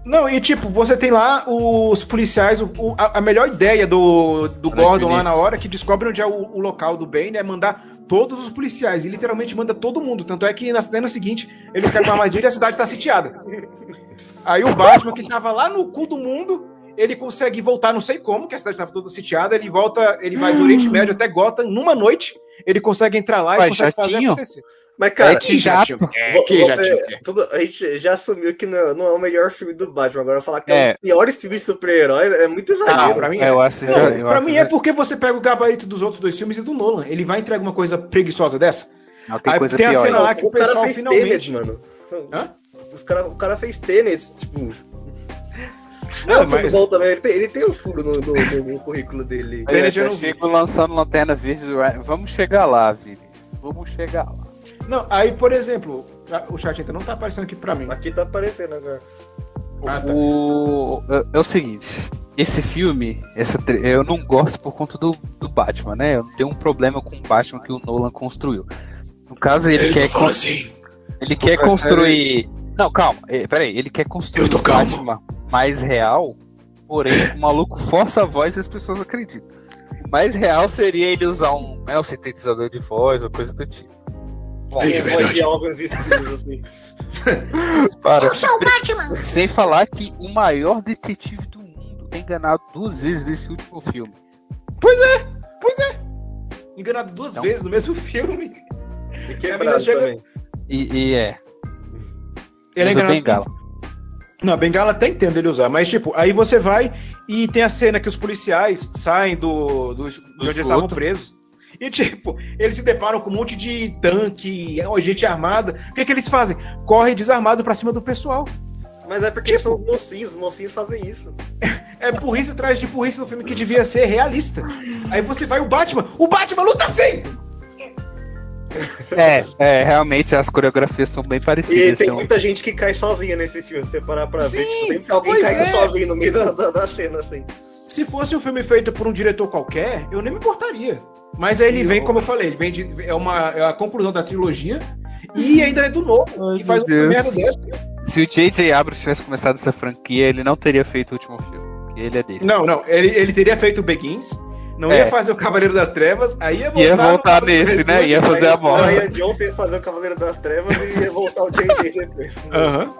Não, e tipo, você tem lá os policiais, o- o- a, a melhor ideia do, do Olha Gordon que lá na delícia. hora, que descobre onde é o, o local do Bane, é mandar todos os policiais, e literalmente manda todo mundo. Tanto é que na cena seguinte, eles caem pra armadilha e a cidade tá sitiada. Aí o Batman, que tava lá no cu do mundo, ele consegue voltar, não sei como, que a cidade tava toda sitiada, ele volta, ele vai do Oriente Médio até Gotham, numa noite, ele consegue entrar lá e Vai, consegue fazer chatinho? acontecer. Mas, cara, é que jato. vo- que você- jatinho, que. tudo- a gente já assumiu que não é, não é o melhor filme do Batman. Agora falar que é, um É. dos piores filmes de super-herói é muito Ah, exagero. pra mim é. Eu acho Não, eu pra acho- mim é porque você pega o gabarito dos outros dois filmes e do Nolan. Ele vai entregar uma coisa preguiçosa dessa? Não, tem Aí coisa tem a pior. cena hein? lá que o pessoal finalmente- Tenet, mano. Hã? Os cara, o cara fez Tenet, tipo... Não, Não, mas... mas- bom também. Ele tem, ele tem um furo no, no- no currículo dele. Aí, Tenet eu eu não vi. chego lançando lanterna verde. do Ryan. Vamos chegar lá, Vinícius. Vamos chegar lá. Não, aí, por exemplo, a- o chat então não tá aparecendo aqui pra mim. Aqui tá aparecendo agora. Ah, tá. O... É é o seguinte, esse filme, essa tri- eu não gosto por conta do, do Batman, né? Eu tenho um problema com o Batman que o Nolan construiu. No caso, ele quer, con- ele quer prefere- construir. Não, calma, eh, peraí, ele quer construir Eu tô um calmo. Batman mais real, porém, o maluco força a voz e as pessoas acreditam. O mais real seria ele usar um, né, um sintetizador de voz ou coisa do tipo. Bom, Tem voz de Alvin Estilos, assim. Para. Eu sou o Batman! Sem falar que o maior detetive do mundo é enganado duas vezes nesse último filme. Pois é, pois é. Enganado duas Não. vezes no mesmo filme. E A mina quebrado chega- também. E, e é. Ele é usa enganado. bengala. Não, a bengala até entendo ele usar, mas tipo, aí você vai e tem a cena que os policiais saem do, do, de onde eles estavam esgoto. presos. E tipo, eles se deparam com um monte de tanque, gente armada. O que, que eles fazem? Corre desarmado pra cima do pessoal. Mas é porque Tipo- são os mocinhos, os mocinhos fazem isso. É burrice atrás de burrice no filme que devia ser realista. Aí você vai o Batman. O Batman luta sim! É, é, realmente as coreografias são bem E parecidas. tem então- muita gente que cai sozinha nesse filme, se você parar pra ver. é um- Sim, Tipo, sempre tem alguém pois caindo é. sozinho no meio da, da- da cena, assim. Se fosse um filme feito por um diretor qualquer, eu nem me importaria. Mas aí ele vem, como eu falei, ele vem de, é, uma, é a conclusão da trilogia e ainda é do novo, Ai, que faz meu uma merda Deus. dessa. Se o J.J. Abrams tivesse começado essa franquia, ele não teria feito o último filme. porque Ele é desse. Não, não, ele, ele teria feito o Begins, não É. ia fazer o Cavaleiro das Trevas, aí ia voltar, Ia no voltar Cavaleiro nesse, das né? Trevas. Ia fazer a O bola. Ryan Johnson ia fazer o Cavaleiro das Trevas e ia voltar o JJ depois. Aham.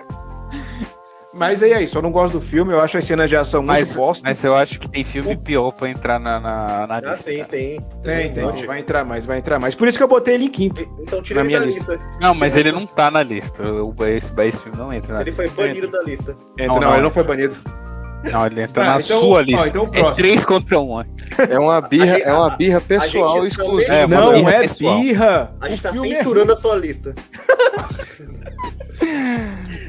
Mas aí é isso, eu não gosto do filme, eu acho as cenas de ação muito Mas, bosta. mas eu acho que tem filme pior pra entrar na, na, na Ah, lista. sim, tem. Tem, tem, um vai entrar mais, vai entrar mais. Por isso que eu botei ele em quinto. Então tira Na ele minha da lista. lista. Não, mas ele não tá na lista. O, esse, esse filme não entra na Ele lista. foi banido da lista. Entra, não, É, não, ele não foi banido. Não, ele entra Tá, na então- ó, sua lista. então o é próximo. 3 contra 1. É uma birra, A gente- é uma birra a pessoal gente também- exclusiva. É, uma não, birra é pessoal. birra. A gente O tá filme é censurando a sua lista.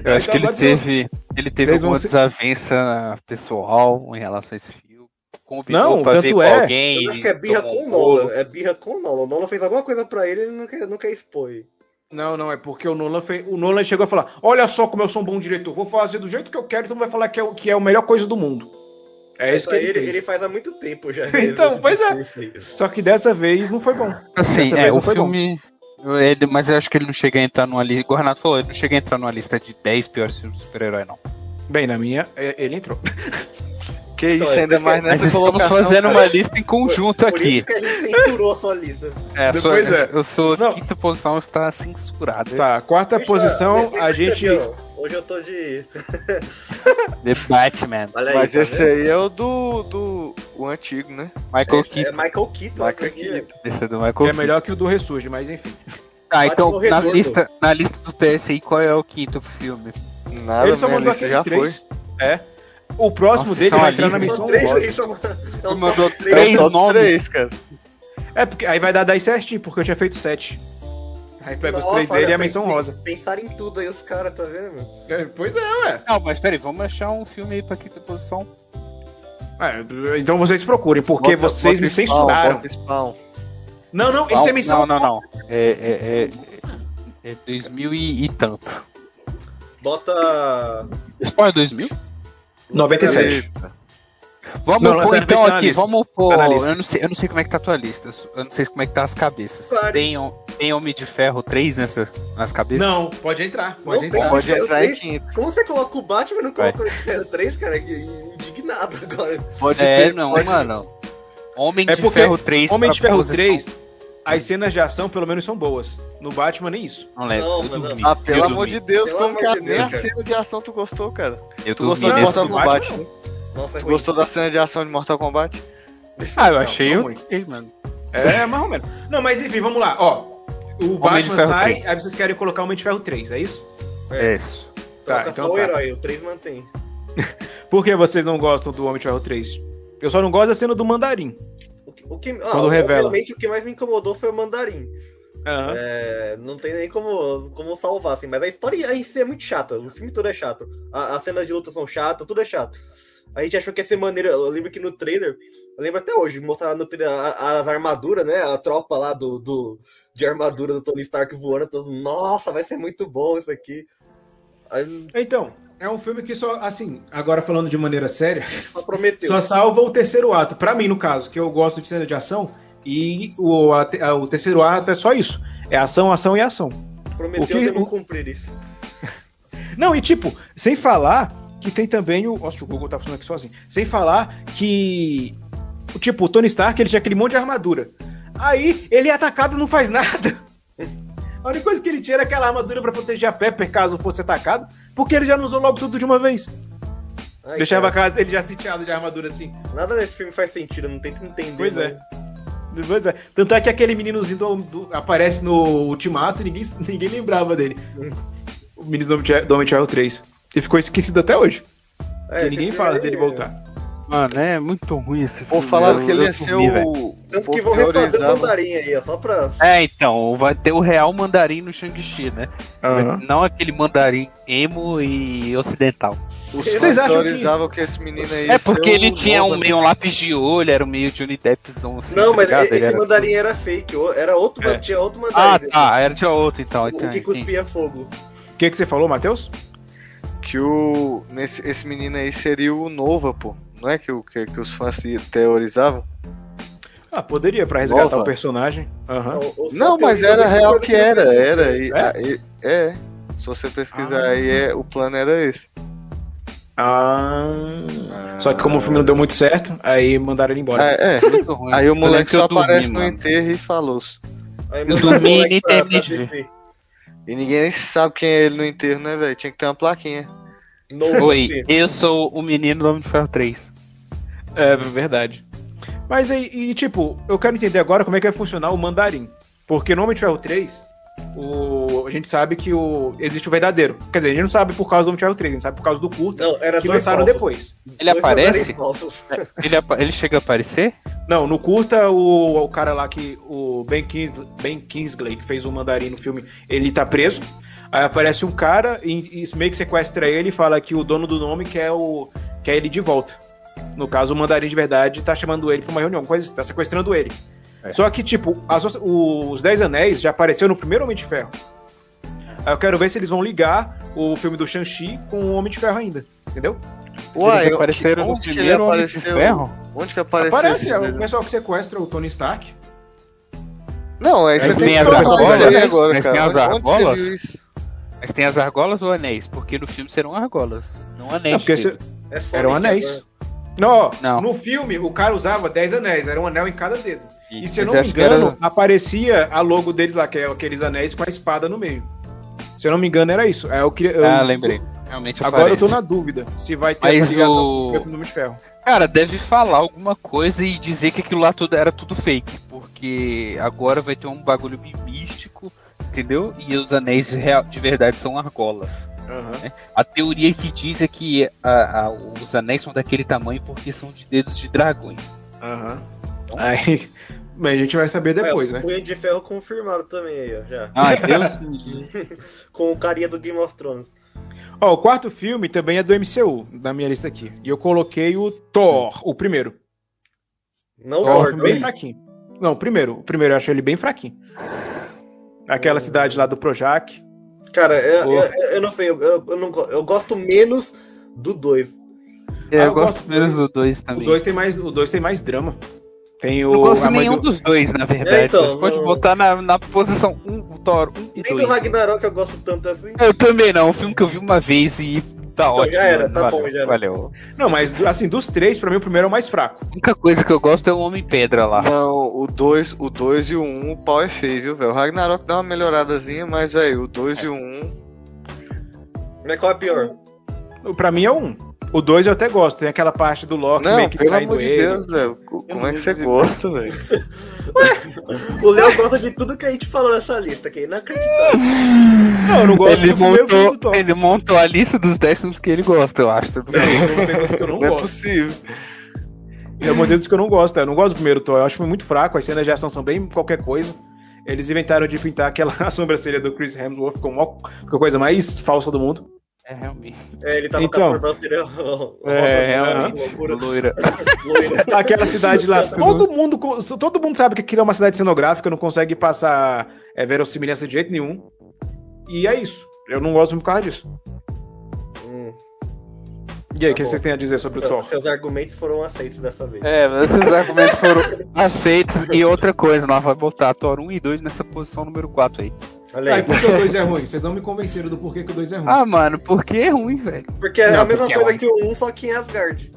Eu acho Então que ele agora vocês teve, ele teve vocês vão alguma ser- desavença pessoal em relação a esse filme. Convidou Não, pra ver tanto com é. alguém. Eu acho que é e birra tomou com o um bolo. Nola. É birra com o Nola. O Nola fez alguma coisa pra ele e ele não quer, não quer expor. Não, não, é porque o Nolan, fez, o Nolan chegou a falar: Olha só como eu sou um bom diretor, vou fazer do jeito que eu quero, então vai falar que é, o- que é a melhor coisa do mundo. É isso que ele, ele, fez. ele faz há muito tempo já. Então, pois é. é. Só que dessa vez não foi bom. Assim, Dessa é, vez o não foi bom. filme. Ele, mas eu acho que ele não chega a entrar numa lista. O Renato falou, ele não chega a entrar numa lista de 10 piores filmes de super-herói, não. Bem, na minha, é, ele entrou. Que isso, Então, ainda é- mais Mas nessa estamos colocação. fazendo cara. uma lista em conjunto Por isso aqui. que a gente censurou a sua lista. É, eu sou, Pois é. eu sou Não. quinta posição, está censurado. Tá, quarta Deixa- posição, deixa a eu gente. perceber, ó. Hoje eu tô de. The Batman. Olha aí. Mas tá esse vendo? aí é o do, do o antigo, né? Michael É Keaton. Michael Keaton. Michael esse aqui. Esse é do Que Michael é melhor que o do Ressurge, mas enfim. Keaton. Tá, Bate então, no na retorno. lista, na lista do PS aí, qual é o quinto filme? Nada, ele só minha mandou lista aqueles já três. É. O próximo Nossa, dele são a vai entrar na lista. missão São três, Gotham. eles são- é Ele um mandou top três. três foi. nomes. Três, cara. É, porque aí vai dar 10 certinho, porque eu tinha feito 7. Aí pega os Nossa, três dele olha, e a menção pen- rosa. Pensaram em tudo aí os caras, tá vendo? mano? É, Pois é, ué. Não, mas peraí, vamos achar um filme aí pra quinta posição. É, então vocês procurem, porque Bota- vocês bota me spawn, censuraram. bota spawn. Não, não, isso é missão. Não, não, não. É, é, é, é 2000 e, e tanto. Bota. Spawn é 2000? 97. Vamos Não, não, pôr tá na então lista, tá na aqui, lista. vamos pôr. Tá na lista. eu, não sei, eu não sei como é que tá a tua lista. eu sou- Eu não sei como é que tá as cabeças. Claro. Tem, o- tem Homem de Ferro 3 nessa, nas cabeças? Não, pode entrar, pode Não entrar. tem. Pode entrar em Três. quinto. Como você coloca o Batman e não coloca o Inferno 3, cara? Que Indignado agora. Pode É, ter- não, pode- mano. Homem É de porque Ferro 3. Homem de pra Ferro posição- 3, as cenas de ação pelo menos são boas. No Batman, nem isso. Não lembro. Não, eu mano. dormi. Ah, eu pelo amor de Deus, Pelo como amor que a- de nem Deus, a cara. cena de ação tu gostou, cara? dormi. Eu Tu gostou dormi de nesse Mortal do filme. Kombat? Batman? Nossa, é Tu ruim. gostou da cena de ação de Mortal Kombat? Ah, eu Não, achei não ok, mano. É, mais ou menos. Não, mas enfim, vamos lá. Ó, o Homem de Batman Ferro sai, 3. aí vocês querem colocar o Homem de Ferro 3, é isso? É isso. Troca Tá, então só o tá. herói, o 3 mantém. Por que vocês não gostam do Homem de Ferro 3? Eu só não gosto da cena do Mandarim. O que, o que, ah, Quando revela. obviamente, o que mais me incomodou foi o Mandarim. É, não tem nem como, como salvar, assim. Mas a história em si é muito chata. O filme todo é chato. A- As cenas de luta são chatas, tudo é chato. A gente achou que ia ser maneiro. Eu lembro que no trailer. Eu lembro até hoje, mostraram no trailer a- a- as armaduras, né? A tropa lá do, do, de armadura do Tony Stark voando. Todo, Nossa, vai ser muito bom isso aqui. Aí Então, é um filme que só, assim, agora falando de maneira séria, só prometeu. só salva o terceiro ato. Pra mim, no caso, que eu gosto de cena de ação, e o, a- a- o terceiro ato é só isso. É ação, ação e ação. Prometeu O que- que não o- cumprir isso. Não, e tipo, sem falar que tem também o. Nossa, o Google tá funcionando aqui sozinho. Sem falar que. Tipo, o Tony Stark, ele tinha aquele monte de armadura. Aí, ele é atacado e não faz nada. A única coisa que ele tinha era aquela armadura pra proteger a Pepper caso fosse atacado, porque ele já não usou logo tudo de uma vez. Ai, Deixava a cara, casa dele já sitiado de armadura assim. Nada desse filme faz sentido, eu não tento entender. Pois é. né? Pois é. Tanto é que aquele meninozinho do- do- aparece no Ultimato e ninguém, ninguém lembrava dele. O menino do Homem de Ferro- do Homem de Ferro 3. E ficou esquecido até hoje. É, E esse ninguém filme fala é- dele voltar. Mano, é muito ruim esse Ou filme. falaram eu- que ele é eu ia ser dormi, velho. o. Tanto o que vão refazer o popularizava- Mandarim aí, ó, só pra. É, então, vai ter o real mandarim no Shang-Chi, né? Aham. Mas Não aquele mandarim emo e ocidental. Os Vocês Vocês acham que- acham que... esse menino aí. é porque ia ser ele o tinha um Logan. meio um lápis de olho, era um meio Johnny Deppzão assim. Não, tá mas ligado? esse Ele era- Mandarim era fake, o- era outro, É. tinha outro Ah, Mandarim. tá, era de outro então. O que entendi. cuspia fogo. O que, que você falou, Matheus? Que o. Nesse, esse menino aí seria o Nova, pô. Não é que, o, que, que os fãs se teorizavam? Ah, poderia, pra resgatar Volta. o personagem. Aham. Ou- ou só um Não, mas teoria era do real plano que era. Era. E, É? a- e- é? Se você pesquisar Ah. aí, é, o plano era esse. Ah. Ah, Só que como o filme não deu muito certo, aí mandaram ele embora. é. Muito ruim. Aí o Eu lembro moleque que eu só dormi, aparece no mano. enterro e falou. Aí Eu mandou dormi o moleque nem pra- terminei pra de ver. descer. E ninguém nem sabe quem é ele no enterro, né, velho? Tinha que ter uma plaquinha. Novo Oi, filme. eu sou o menino do Homem de Ferro 3. É, verdade. Mas aí, e tipo, eu quero entender agora como é que vai funcionar o mandarim. Porque no Homem de Ferro 3, o... a gente sabe que o... existe o verdadeiro. Quer dizer, a gente não sabe por causa do Homem de Ferro 3, a gente sabe por causa do curta, Não, é era que dois lançaram falsos. depois. Ele Dois aparece? Mandarins falsos. Ele, apa- ele chega a aparecer? Não, no curta, o, o cara lá que. O ben, Kings, ben Kingsley, que fez o mandarim no filme, ele tá preso. Aí aparece um cara e, e meio que sequestra ele e fala que o dono do nome quer, o, quer ele de volta. No caso, o mandarim de verdade tá chamando ele pra uma reunião, coisa, assim, tá sequestrando ele. Só que, tipo, as os- os Dez Anéis já apareceu no primeiro Homem de Ferro. Aí eu quero ver se eles vão ligar o filme do Shang-Chi com o Homem de Ferro ainda. Entendeu? Uai, Eles eu- apareceram no onde que ele primeiro Homem de apareceu? Ferro? Onde que apareceu? Aparece, esse é o menino? pessoal que sequestra o Tony Stark. Não, aí Mas você tem tem as que procurar argolas? ele agora, Mas cara. tem as Onde- onde você argolas? viu isso? Mas tem as argolas ou anéis? Porque no filme serão argolas, não anéis. Não, porque Pedro. É só Eram isso, anéis. né? Não, ó, Não. no filme o cara usava 10 anéis, era um anel em cada dedo. E se eu Mas não me acho que era- engano, aparecia a logo deles lá, que é aqueles anéis com a espada no meio. Se eu não me engano, era isso. Aí eu queria- eu- Ah, lembrei. Realmente Agora eu aparece. tô na dúvida se vai ter Mas essa ligação com o o- filme do Homem de Ferro. Cara, deve falar alguma coisa e dizer que aquilo lá tudo era tudo fake, porque agora vai ter um bagulho meio místico, entendeu? E os anéis de, real- de verdade são argolas. A teoria que diz é que a- a- os anéis são daquele tamanho porque são de dedos de dragões. Aham. Então, Aí. Mas a gente vai saber depois, É, né? O Punho de Ferro confirmaram também aí, ó, já. Ah, Deus me livre. Com o carinha do Game of Thrones. Ó, o quarto filme também é do MCU, na minha lista aqui. E eu coloquei o Thor, o primeiro. Não Eu Thor acho bem dois? fraquinho. Não, o primeiro. O primeiro eu acho ele bem fraquinho. Aquela cidade lá do Projac. Cara, eu, Porra. eu- eu não sei, eu, eu- eu não go- eu gosto menos do 2. É, Ah, eu, eu gosto gosto menos do dois. dois O também. 2 tem mais, o dois tem mais drama. Tem o Eu não gosto a mãe nenhum do- dos dois, na verdade. É, então, Você pode não- botar na, na posição 1, um, o Thor 1 um e Nem 2. do Ragnarok eu gosto tanto assim. Eu também não, um filme que eu vi uma vez e tá Então, ótimo. já era, mano. tá valeu, bom, já era. Valeu. Não, mas do- assim, dos três, pra mim o primeiro é o mais fraco. A única coisa que eu gosto é o Homem-Pedra lá. Não, o 2 o dois e o 1, um, o pau é feio, viu, velho? O Ragnarok dá uma melhoradazinha, mas, velho, o 2 e o 1. Um, Mas qual é a pior? Pra mim é um. O dois eu até gosto, tem aquela parte do Loki não, meio que pelo traindo amor de ele. Deus, velho. co- Como é que você gosta, velho? O Léo gosta de tudo que a gente falou nessa lista, que é inacreditável. Não, eu não gosto Ele do primeiro filme do montou, Thor. ele montou a lista dos 10 filmes que ele gosta, eu acho. Tudo É, bem. isso é um negócio que eu não Não é gosto. possível. Eu montei dos que eu não gosto. é, Eu não gosto do primeiro Thor. Eu acho filme muito fraco, as cenas de ação são bem qualquer coisa. Eles inventaram de pintar aquela sobrancelha do Chris Hemsworth, ficou, mó, ficou a coisa mais falsa do mundo. É, realmente. É, ele tava Então. com a turbância, É, realmente. loucura. Loira. Loira. Aquela cidade lá. Todo mundo, co- todo mundo sabe que aquilo é uma cidade cenográfica, não consegue passar é, verossimilhança de jeito nenhum. E é isso. Eu não gosto muito por causa disso. Hum, E aí, o Tá que bom. vocês têm a dizer sobre o então, Thor? seus argumentos foram aceitos dessa vez. É, mas esses argumentos foram aceitos. E outra coisa, nós vamos botar Thor 1 e 2 nessa posição número 4 aí. Olha Ah, aí. e por que o 2 é ruim? Vocês não me convenceram do porquê que o 2 é ruim. Ah, mano, porque é ruim, velho. Porque é Não, a mesma porque é coisa um. que o 1, só que em Asgard.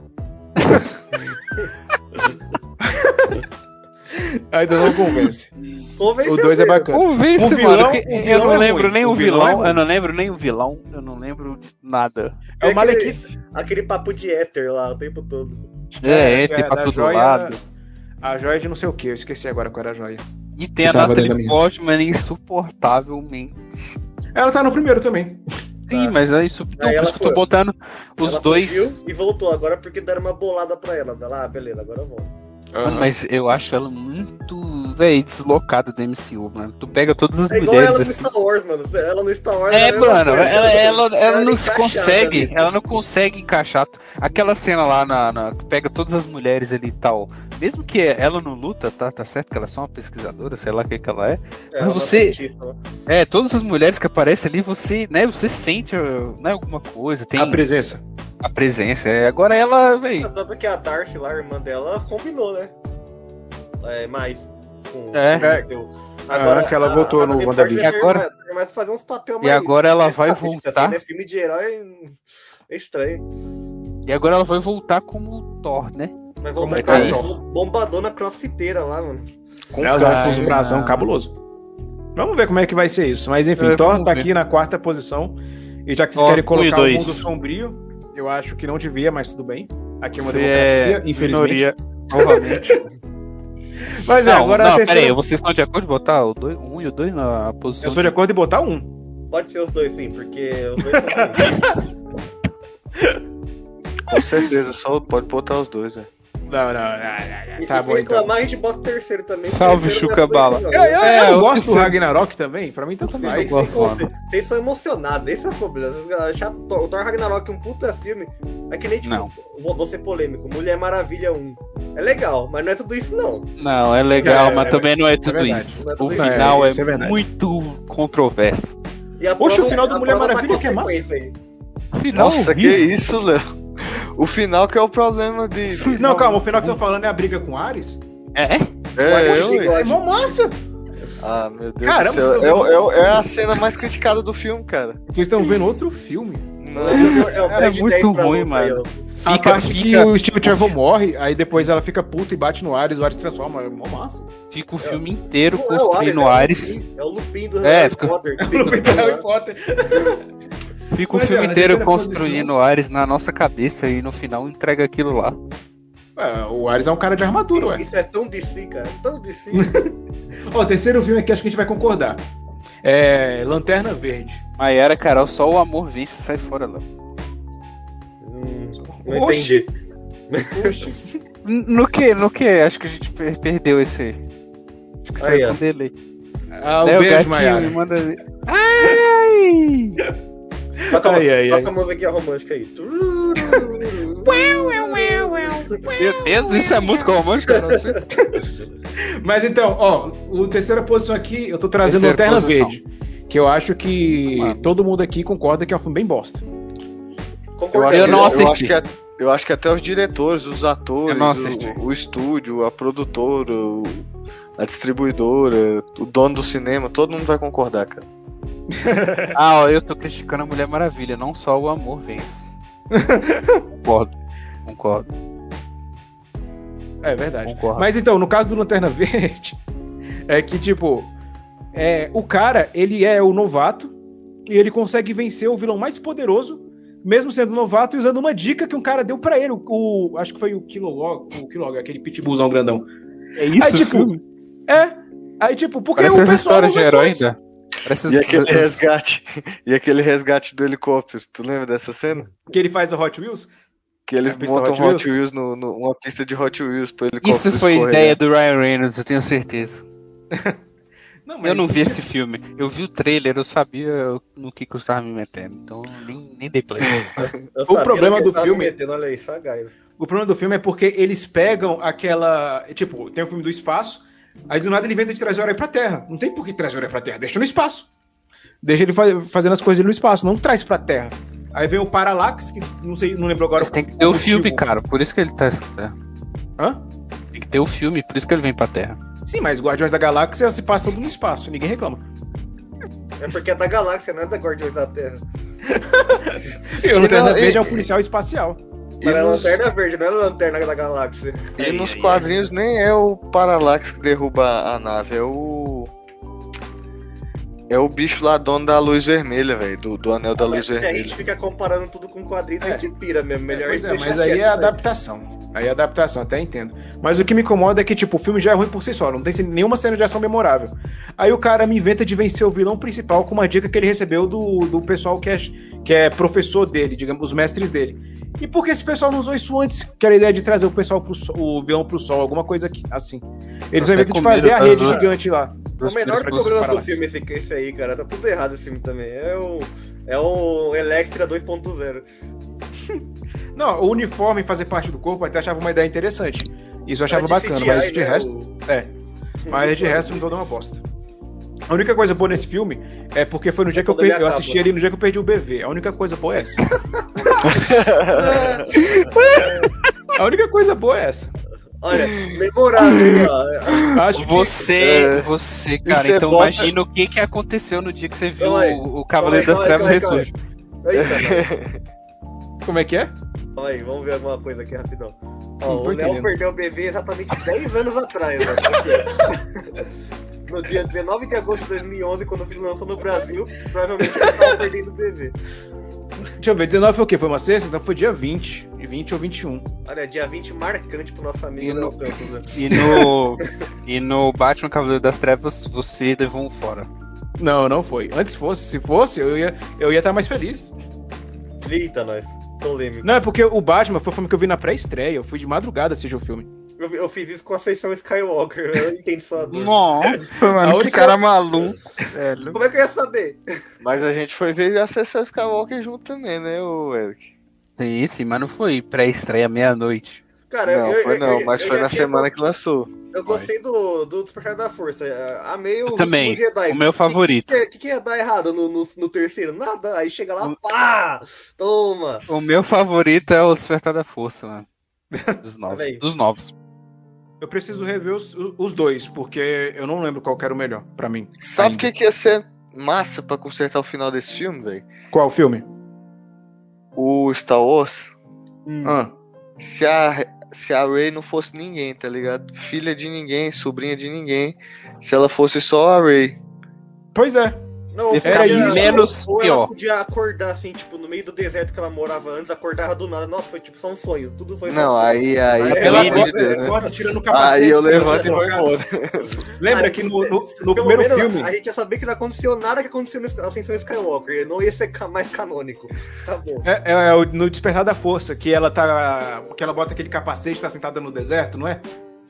Ainda não convence. Convenceu O 2 é mesmo. bacana. Convence, O vilão- Um mano. que o eu vilão não é lembro ruim. nem O o vilão vilão, é ruim. eu não lembro nem o vilão, eu não lembro de nada. É o aquele- Malekith. Aquele papo de éter lá o tempo todo. É, é, que tem pra da todo joia- lado. A joia de não sei o que, eu esqueci agora qual era a joia. E tem a tava dentro da Natalie minha. Portman é insuportavelmente. Ela tá no primeiro também. Sim, Tá. mas é isso. Então, por ela isso que eu tô foi. botando os Ela dois. fugiu E voltou agora porque deram uma bolada pra ela. Ela, ah, beleza, agora eu volto. Mano, mas eu acho ela muito, véi, deslocada do MCU, mano. Tu pega todas as É igual mulheres ela no assim. Star Wars, mano. Ela no Star Wars. É, a mesma mano, coisa. ela, ela, ela não se é encaixada consegue, ali. ela não consegue encaixar. Aquela cena lá na, na- que pega todas as mulheres ali e tal. Mesmo que ela não luta, tá, tá certo que ela é só uma pesquisadora, sei lá o que, que ela é. É, ela você- é cientista, né? É, todas as mulheres que aparecem ali, você, né, você sente uh, né, alguma coisa, tem A presença. a presença. é. Agora ela, véi. Tanto que a Darcy lá, a irmã dela, combinou, né? É, mais. Com, É. com o teu. que ela voltou no Natalie WandaVision. E Portman agora- vai- vai fazer uns papel E mais- agora ela mais vai satisfatório, voltar. assim, né? Filme de herói hum, é estranho. E agora ela vai voltar como Thor, né? Vai Como voltar é com que é a isso? bombadona crossfiteira lá, mano. Com ela cara, vai com os né? brasão cabuloso. Vamos ver como é que vai ser isso. Mas enfim, É, Thor vamos tá ver. aqui na quarta posição. E já que vocês Ó, querem um e colocar o dois. mundo sombrio, eu acho que não devia, mas tudo bem. Aqui é uma Você democracia, é infelizmente. minoria, Novamente. Mas é, não, agora não, a terceira. peraí, vocês estão de acordo de botar o 1 um e o 2 na posição? Eu sou de acordo em botar um. Pode ser os dois, sim, porque os dois são bons. com certeza, só pode botar os dois, né? Não, não, não, não, E não. Tá se bom então. reclamar, a gente bota o terceiro também. Salve, Terceiro Chuca não é dois, Bala. não. Eu, eu- eu É, não o gosto do terceiro. Ragnarok também, pra mim tanto Eu Tem faz. que gosto, ser conte- mano. Vocês são emocionados, esse é o problema. Vocês acham o Thor- o Thor Ragnarok um puta filme. É que nem tipo, Não. vou, vou ser polêmico, Mulher Maravilha 1. É legal, mas não é tudo isso não. Não, é legal, É, mas é, também não é tudo verdade. isso. Não é tudo O isso. final É, é, isso é verdade. muito controverso. E a Poxa, prova- o final do a Mulher prova tá Maravilha que é massa. consequência aí. O Final Nossa, que horrível. isso, Léo. O final que é o problema de. de- Não, calma, o final que você tá falando é a briga com Ares? É? É, Poxa, eu- sim. É mó massa! Ah, meu Deus Caramba, do céu. você É, tá vendo? o- é o- é a cena mais criticada do filme, cara. Vocês estão vendo outro filme. Não. É, o É de muito 10 pra ruim, luta aí, mano. ó. Fica, A parte que fica, o Steve Trevor morre, aí depois ela fica puta e bate no Ares, o Ares transforma. É mó massa. fica o filme inteiro Não é o Ares, construindo né? é o Ares. Lupin, É o Lupin do É, Harry fica- Potter. Então, é Potter. Fica o Mas, ó, filme na inteiro terceira posição- construindo Ares na nossa cabeça e no final entrega aquilo lá. É, o Ares é um cara de armadura, ué. Hum. Isso é tão DC, cara. Tão DC. Ó, o terceiro filme aqui acho que a gente vai concordar. É. Lanterna Verde. Maiara, Carol, só o amor vence e sai fora, Léo. Hum, não Oxi. entendi. No que? No que? Acho que a gente per- perdeu esse. Acho que Aí, saiu ó. com delay. Ah, um Léo, beijo, É. gatinho, Maiara. me manda. Ai! Bota, Ai, ai, bota a musiquinha romântica aí. Meu Deus, isso é música romântica? é- Não sei. Mas então, ó, o terceira posição aqui, eu tô trazendo Terceira Lanterna posição. Verde. Que eu acho que Claro. todo mundo aqui concorda que é um filme bem bosta. Concordei. Eu não assisti. acho que a- eu acho que até os diretores, os atores, Eu não o- assisti. o, estúdio, a produtora, o- a distribuidora, o dono do cinema, todo mundo vai concordar, cara. Ah, ó, eu tô criticando a Mulher Maravilha, não só o amor vence. concordo, concordo, É verdade. concordo. Mas então, no caso do Lanterna Verde, é que, tipo, é, o cara, ele é o novato e ele consegue vencer o vilão mais poderoso, mesmo sendo novato, e usando uma dica que um cara deu pra ele. O, o- acho que foi o Kilowog, o Kilowog, aquele pitbullzão grandão. é isso, Aí, tipo, é. Aí, tipo, porque Parece o essa história de não herói faz. ainda. Parece E aquele essas- resgate, e aquele resgate do helicóptero, tu lembra dessa cena? Que ele faz a Hot Wheels? Que ele A pista monta um Hot Hot Wheels? Wheels, no, no- uma pista de Hot Wheels pro helicóptero Isso foi escorregar. ideia do Ryan Reynolds, eu tenho certeza. Não, Eu não vi esse filme. Eu vi o trailer, eu sabia no que, que eu estava me metendo. Então nem, nem dei play. Eu sabia problema que do ele tava filme- Metendo, olha aí, sagaz. O problema do filme é porque eles pegam aquela. Tipo, tem o filme do espaço, aí do nada ele inventa de trazer o herói pra Terra. Não tem por que trazer o herói pra Terra, deixa no espaço. Deixa ele fa- fazendo as coisas no espaço, não traz pra Terra. Aí vem o Parallax, que não sei, não lembro agora. Mas tem que ter o motivo. filme, cara. Por isso que ele tá. Tem Hã? que ter o filme, por isso que ele vem pra Terra. Sim, mas Guardiões da Galáxia se passa tudo no espaço, ninguém reclama. É porque é da galáxia, não é da Guardiões da Terra. E o Ele não- Lanterna Verde ele- é um policial espacial. E Era a nos, lanterna verde, não era a lanterna da galáxia. e Aí, nos aí, quadrinhos nem é o Parallax que derruba a nave, é o. É o bicho lá dono da luz vermelha, velho. Do, do anel da luz Se a gente vermelha. fica comparando tudo com quadrinhos, É. a gente pira mesmo. Melhor Pois é, deixar mas aí quieto, é né? adaptação. Aí é adaptação, até entendo. Mas o que me incomoda é que, tipo, o filme já é ruim por si só, não tem nenhuma cena de ação memorável. Aí o cara me inventa de vencer o vilão principal com uma dica que ele recebeu do, do pessoal que é, que é professor dele, digamos, os mestres dele. E por que esse pessoal não usou isso antes? Que era a ideia de trazer o pessoal pro sol, o vilão pro sol, alguma coisa que- assim. Eles Até inventam de comeram, fazer a rede aham. gigante lá. É O menor Dos- dos- problema do Parallax. filme esse, esse aí, cara. Tá tudo errado esse filme também. É o. É o Electra 2.0. Não, o uniforme fazer parte do corpo eu até achava uma ideia interessante. Isso eu achava Tá bacana, CGI, mas de né, resto. o- É. Mas de resto não toda é uma bosta. A única coisa boa nesse filme é porque foi no dia que eu, Quando ele perdi, eu acaba. assisti ali no dia que eu perdi o BV. A única coisa boa é essa. A única coisa boa é essa. Olha, memorável. ó. Acho que Você, É. você, cara, E você então bota- imagina o que, que aconteceu no dia que você viu Calma aí. o, o Cavaleiro das Calma aí, Trevas calma aí, calma aí. ressurge. Eita, como é que é? não. Calma aí, vamos ver alguma coisa aqui rapidão. Ó, Não tô o Léo entendendo. perdeu o bebê exatamente 10 anos atrás. ó. Aqui, ó. No dia 19 de agosto de 2011, quando o filme lançou no Brasil, provavelmente ele tava perdendo o bebê. Deixa eu ver, 19 foi o quê? Foi uma sexta? Então foi dia 20. E um. 20 ou 21. Olha, dia 20 marcante pro nosso E amigo no- Léo Campos. né? E no, e no Batman Cavaleiro das Trevas você levou um fora. Não, não foi. Antes fosse. Se fosse, eu ia estar eu ia tá mais feliz. Eita, nós. Polêmico. Não, é porque o Batman foi o filme que eu vi na pré-estreia. Eu fui de madrugada assistir o filme. Eu, eu fiz isso com a Ascensão Skywalker, eu entendo sua dor. Nossa, mano, que cara maluco. Como é que eu ia saber? Mas a gente foi ver acessar os Skywalker junto também, né, o Eric? Sim, sim, mas não foi pré-estreia meia-noite. Cara, não, eu, foi eu- não, eu- mas eu foi já na tinha- semana que lançou. Eu gostei do, do Despertar da Força. eh, Amei o Eu também, o Jedi. o né? meu favorito. O que, que, que ia dar errado no, no, no terceiro? Nada. Aí chega lá, pá! Toma! O meu favorito é o Despertar da Força, mano. Dos novos. Olha aí. Dos novos. Eu preciso rever os, os dois, porque eu não lembro qual que era o melhor pra mim. Sabe o Ainda. que, que ia ser massa pra consertar o final desse filme, velho? Qual filme? O Star Wars. Hum. Ah. Se a, se a Rey não fosse ninguém, tá ligado? Filha de ninguém, sobrinha de ninguém. Se ela fosse só a Rey. Pois é. Não, Ele fica menos um ou pior. ela podia acordar assim, tipo, no meio do deserto que ela morava antes, acordava do nada. Nossa, foi tipo só um sonho. Tudo foi só Não, um sonho. aí, aí, Aí pelo ela amor de acorda, Deus, né? acorda tirando o capacete. Aí eu levanto e Pelo vou embora. Lembra Aí, que no, no, no Pelo primeiro menos, filme. A gente ia saber que não aconteceu nada que aconteceu na Ascensão Skywalker. Não ia ser ca- mais canônico. Tá bom. É, é- é o- no Despertar da Força, que ela tá. Que ela bota aquele capacete e tá sentada no deserto, não é?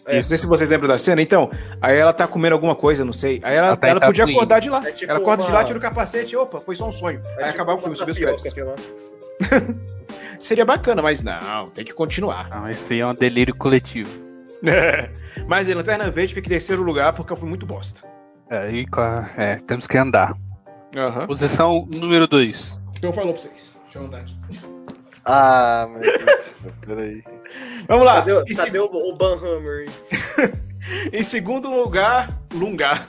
É. Não sei se vocês lembram da cena, então. Aí ela tá comendo alguma coisa, não sei. Aí ela, Ela tá em ela podia Tatooine. acordar de lá. É tipo ela acorda de uma- lá, tira o capacete, opa, foi só um sonho. É aí tipo acabava o uma filme, subir os tapioca, créditos. sei lá. Seria bacana, mas não, tem que continuar. Ah, isso aí é um delírio coletivo. mas em Lanterna Verde fica em terceiro lugar porque eu fui muito bosta. É, e com a- é, temos que andar. Aham. Posição número 2. Então falou pra vocês. Deixa eu andar aqui. Ah, meu Deus do céu, peraí. Vamos lá. Cadê, Em cadê seg- o, o Banhammer? Em segundo lugar, Lungar.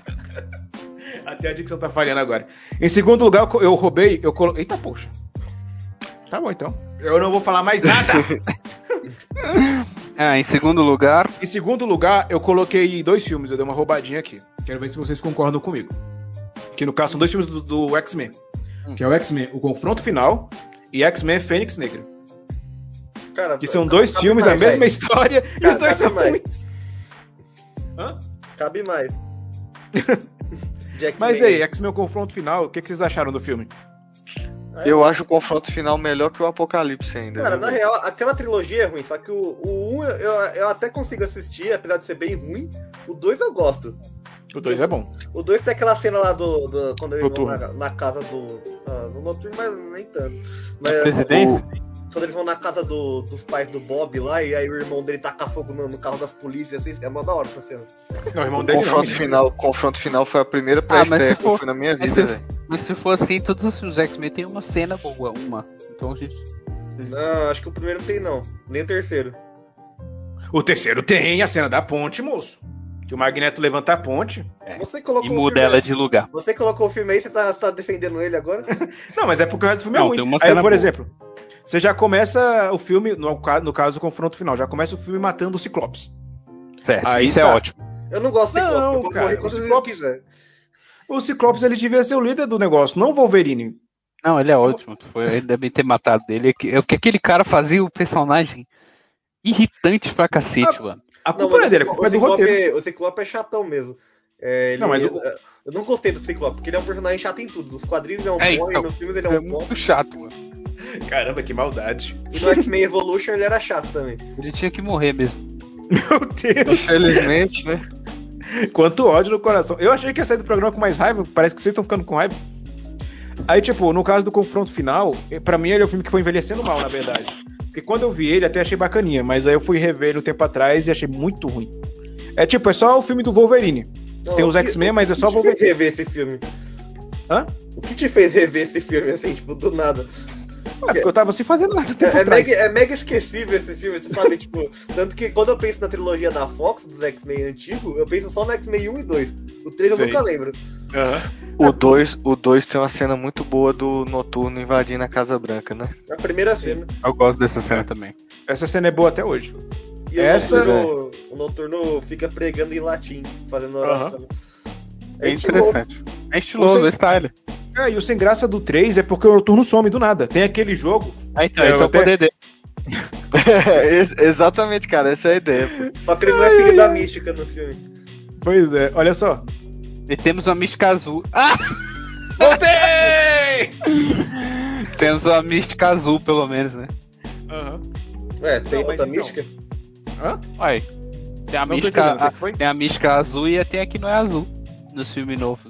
Até a dicção tá falhando agora. Em segundo lugar, eu co- eu roubei, eu coloquei. Eita, poxa. Tá bom então. Eu não vou falar mais nada. Ah, em segundo lugar, em segundo lugar, eu coloquei dois filmes, eu dei uma roubadinha aqui. Quero ver se vocês concordam comigo. Que no caso são dois filmes do, do X-Men. Que é o X-Men, o Confronto Final e X-Men Fênix Negra. Cara, Que são dois cabe filmes, a mais, mesma velho. história, e Tá, os dois cabe são mais. ruins. Hã? Cabe mais. Jack Mas é Man. aí, X-Men o Confronto Final, o que que vocês acharam do filme? Eu acho o confronto final melhor que o Apocalipse ainda. Cara, viu, na velho? real, aquela trilogia é ruim, só que o, o 1 eu, eu até consigo assistir, apesar de ser bem ruim. O 2 eu gosto. O dois é bom. O 2 tem aquela cena lá do. do- quando eles Noturno. vão na, na casa do. Ah, no noturno, mas nem tanto. Mas presidência. quando eles vão na casa do- dos pais do Bob lá, e aí o irmão dele taca fogo no, no carro das polícias, assim, é mó da hora essa cena. Não, o irmão O dele não, confronto menino. final, confronto final foi a primeira mas pré-estreia se que eu for- fui na minha mas vida, se- velho. Mas se for assim, todos os filmes X-Men tem uma cena boa, uma. Então a gente. Não, acho que o primeiro não tem, não. Nem o terceiro. O terceiro tem a cena da ponte, moço. Que o Magneto levanta a ponte. É. Você colocou E o muda filme- ela de lugar. Você colocou o filme aí, você tá, tá defendendo ele agora? Não, mas é porque o resto do filme Não, é tem ruim. uma Aí, cena por boa. exemplo, Você já começa o filme, no, ca- no caso, o confronto final, já começa o filme matando o Ciclopes. Certo, Aí isso é tá. ótimo. Eu não gosto de Não, Ciclope, eu vou cara, morrer o quantas vezes eu Ciclope- quiser. O Ciclopes, ele devia ser o líder do negócio, não o Wolverine. Não, ele é ótimo. Tu Foi, ele deve ter matado ele. É que- é O que aquele cara fazia o personagem irritante pra cacete, mano. A Não, culpa mas não é dele, a o culpa é do Ciclope- roteiro. O Ciclope é chatão mesmo. É, ele- Não, mas o- eu, eu não gostei do Ciclope, porque ele é um personagem chato em tudo. Nos quadrinhos ele é um É, boy, então. nos filmes ele é É um boy. muito chato, mano. é- Caramba, que maldade. E no X-Men Evolution ele era chato também. Ele tinha que morrer mesmo. Meu Deus, Infelizmente, né? quanto ódio no coração. Eu achei que ia sair do programa com mais raiva, parece que vocês estão ficando com raiva. Aí, tipo, no caso do confronto final, eh, pra mim ele é um filme que foi envelhecendo mal, na verdade. Porque quando eu vi ele, até achei bacaninha, mas aí eu fui rever ele um tempo atrás e achei muito ruim. É tipo, é só o filme do Wolverine. Não, Tem os o que- X-Men, mas é só O que te fez Wolverine. rever esse filme? Hã? O que te fez rever esse filme, assim, tipo, do nada? Ah, porque eu tava sem fazer nada. É, tempo é atrás. mega, é mega esquecível esse filme, você sabe, tipo, tanto que quando eu penso na trilogia da Fox, dos X-Men antigo, eu penso só no X-Men 1 e 2. O 3 eu Sei. nunca lembro. Aham. O 2 o dois tem uma cena muito boa do Noturno invadindo a Casa Branca, né? A primeira cena. Eu gosto dessa cena também. Essa cena é boa até hoje. E Essa- o, noturno, é. o Noturno fica pregando em latim, fazendo oração. É tipo, interessante. É estiloso, é Você- style. Ah, e o sem graça do 3 é porque o Noturno some do nada. Tem aquele jogo. Ah, então, Eu esse é o até- poder dele. É, Ex- Exatamente, cara, essa é a ideia. pô. Só que ele não é filho da mística no filme. Pois é, olha só. E temos uma mística azul. Ah! Voltei! Temos uma mística azul, pelo menos, né? Aham. É, Ué, tem Não, mas outra então, mística? Hã? Olha aí. Tem a Não né? tô mística. entendendo, o a- que que foi? Tem a mística azul e tem a que não é azul. Nos filmes novos.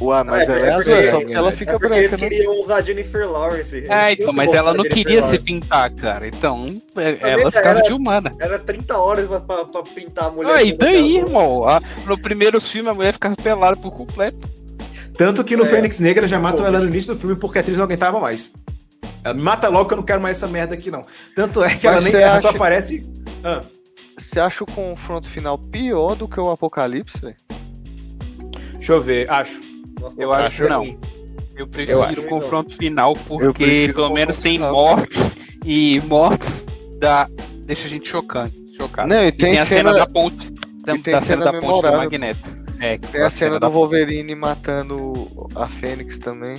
Ué, mas É, ela é, é azul, é só porque- É porque ela é fica é porque branca, eles né? queriam usar a Jennifer Lawrence. É, Eles tinham então, mas que ela botar não a Jennifer queria se Lawrence. pintar, cara. Então, é- Mas ela ela ficava era- de humana. Era 30 horas pra, pra- pra pintar a mulher. Ah, e toda daí, aquela- irmão? A- no primeiro filme, a mulher ficava pelada por completo. Tanto que no É. Fênix Negra já matam Pô, ela no início do filme porque a atriz não aguentava mais. Ela, Me mata logo que eu não quero mais essa merda aqui, não. Tanto é que ela Mas nem você ela só acha- aparece. Ah. Você acha o confronto final pior do que o Apocalipse, velho? Deixa eu ver, acho. Nossa, Eu nossa, acho é não. ruim. Eu prefiro acho. o confronto final Eu porque prefiro o pelo menos confronto tem final. mortes e mortes da deixa a gente chocante, chocado. Não, e E tem, a cena, da ponte, da, e tem da cena cena da ponte do memorável. Magneto. É, Tem a cena da do Wolverine matando a Fênix também.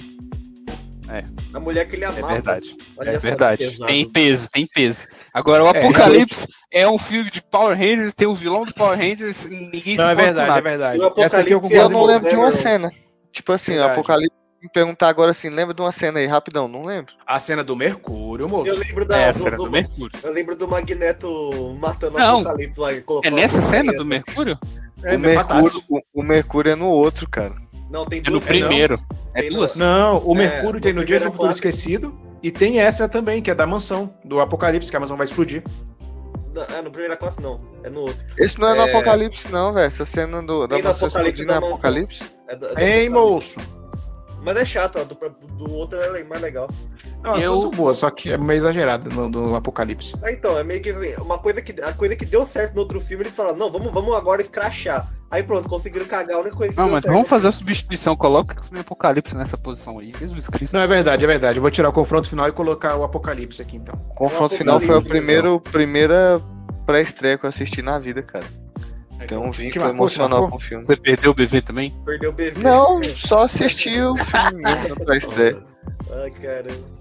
A mulher que ele É amava. verdade. Olha é só que verdade. pesado. Tem peso, tem peso. Agora, o É, Apocalipse é um filme de Power Rangers, tem o vilão do Power Rangers, ninguém se Não, é importa verdade, é nada. verdade. O Essa aqui eu um Apocalipse E eu concordo. Quase não muito. lembro de uma morreram. cena. Tipo assim, o Verdade. Apocalipse me perguntar agora assim, lembra de uma cena aí, rapidão, não lembro. A cena do Mercúrio, Eu moço. lembro da. É a do- cena do- do Mercúrio. Eu lembro do Magneto matando Não. o Apocalipse lá. e É colocando nessa a cena cabeça. do Mercúrio? É, o, é fantástico. Mercúrio, o, o Mercúrio é no outro, cara. Não, tem É no duas. primeiro. É Tem duas? Não, o É, Mercúrio tem no Dia do primeira Futuro fase. Esquecido. E tem essa também, que é da mansão, do Apocalipse, que a mansão vai explodir. Não, é no primeira classe não. É no outro. Esse não é no É. Apocalipse, não, velho. Essa cena do, da Tem no mansão Apocalipse, explodindo é da mansão. Apocalipse. É do- é do Ei, Apocalipse. moço. Mas é chato, ó, do, do outro é mais legal. Não, as Eu- duas são boas, só que é meio exagerado no, do Apocalipse. Ah, então, é meio que assim, uma coisa que, a coisa que deu certo no outro filme, eles falaram, não, vamos, vamos agora escrachar. Aí pronto, conseguiram cagar a única coisa que Não, deu mas certo. vamos fazer a substituição. Coloca o Apocalipse nessa posição aí. Jesus Cristo. Não, é verdade, é verdade. Eu vou tirar o confronto final e colocar o Apocalipse aqui, então. O confronto final foi a primeiro, primeira pré-estreia que eu assisti na vida, cara. É Então um É Te vínculo marcou, te emocional marcou? com o filme. Você perdeu o BV também? Perdeu o BV. Não, só assisti o filme mesmo na pré-estreia. Ai, caramba.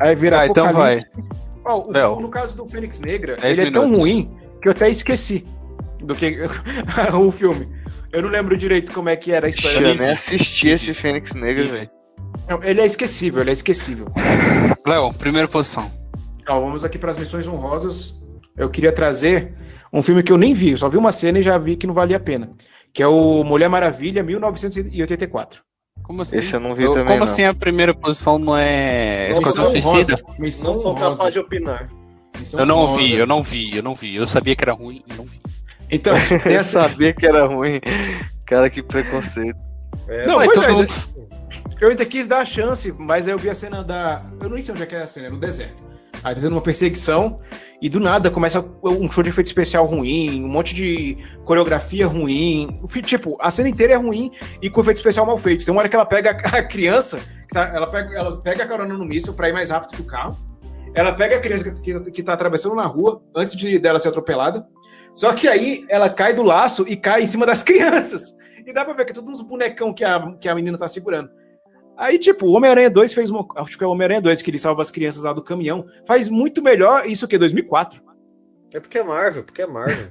Aí vira Ah, então vai. Apocalipse. Ó, o- Léo. no caso do Fênix Negra, Dez ele é tão minutos. ruim que eu até esqueci do que o filme. Eu não lembro direito como é que era a história Eu dele. né? nem assisti esse Fênix Negra, Sim. velho. Não, ele é esquecível, ele é esquecível. Léo, primeira posição. Então, vamos aqui para as missões honrosas. Eu queria trazer um filme que eu nem vi, eu só vi uma cena e já vi que não valia a pena. Que é o Mulher Maravilha 1984. Como assim? Esse eu não vi também, Como não. assim a primeira posição não é Não, Esquadrão não, Suicida? Missão Não sou honrosa. capaz de opinar. Missão Eu não honrosa. vi, eu não vi, eu não vi. Eu sabia que era ruim e não vi. Então, tem Eu essa... sabia que era ruim. Cara, que preconceito. É, Não, Ué, pois todo é, mundo- eu ainda quis dar a chance, mas aí eu vi a cena da. Eu não sei onde é que é a cena, é no deserto. Aí tá tendo uma perseguição e do nada começa um show de efeito especial ruim, um monte de coreografia ruim. O fi- Tipo, a cena inteira é ruim e com efeito especial mal feito. Tem uma hora que ela pega a criança, que tá- ela, pega, ela pega a carona no míssil pra ir mais rápido que o carro. Ela pega a criança que, que, que tá atravessando na rua antes de dela ser atropelada. Só que aí ela cai do laço e cai em cima das crianças. E dá pra ver que é tudo uns bonecão que a, que a menina tá segurando. Aí, tipo, o Homem-Aranha 2 fez uma. Acho que é o Homem-Aranha 2 que ele salva as crianças lá do caminhão. Faz muito melhor isso que 2004. É porque é Marvel, porque é Marvel.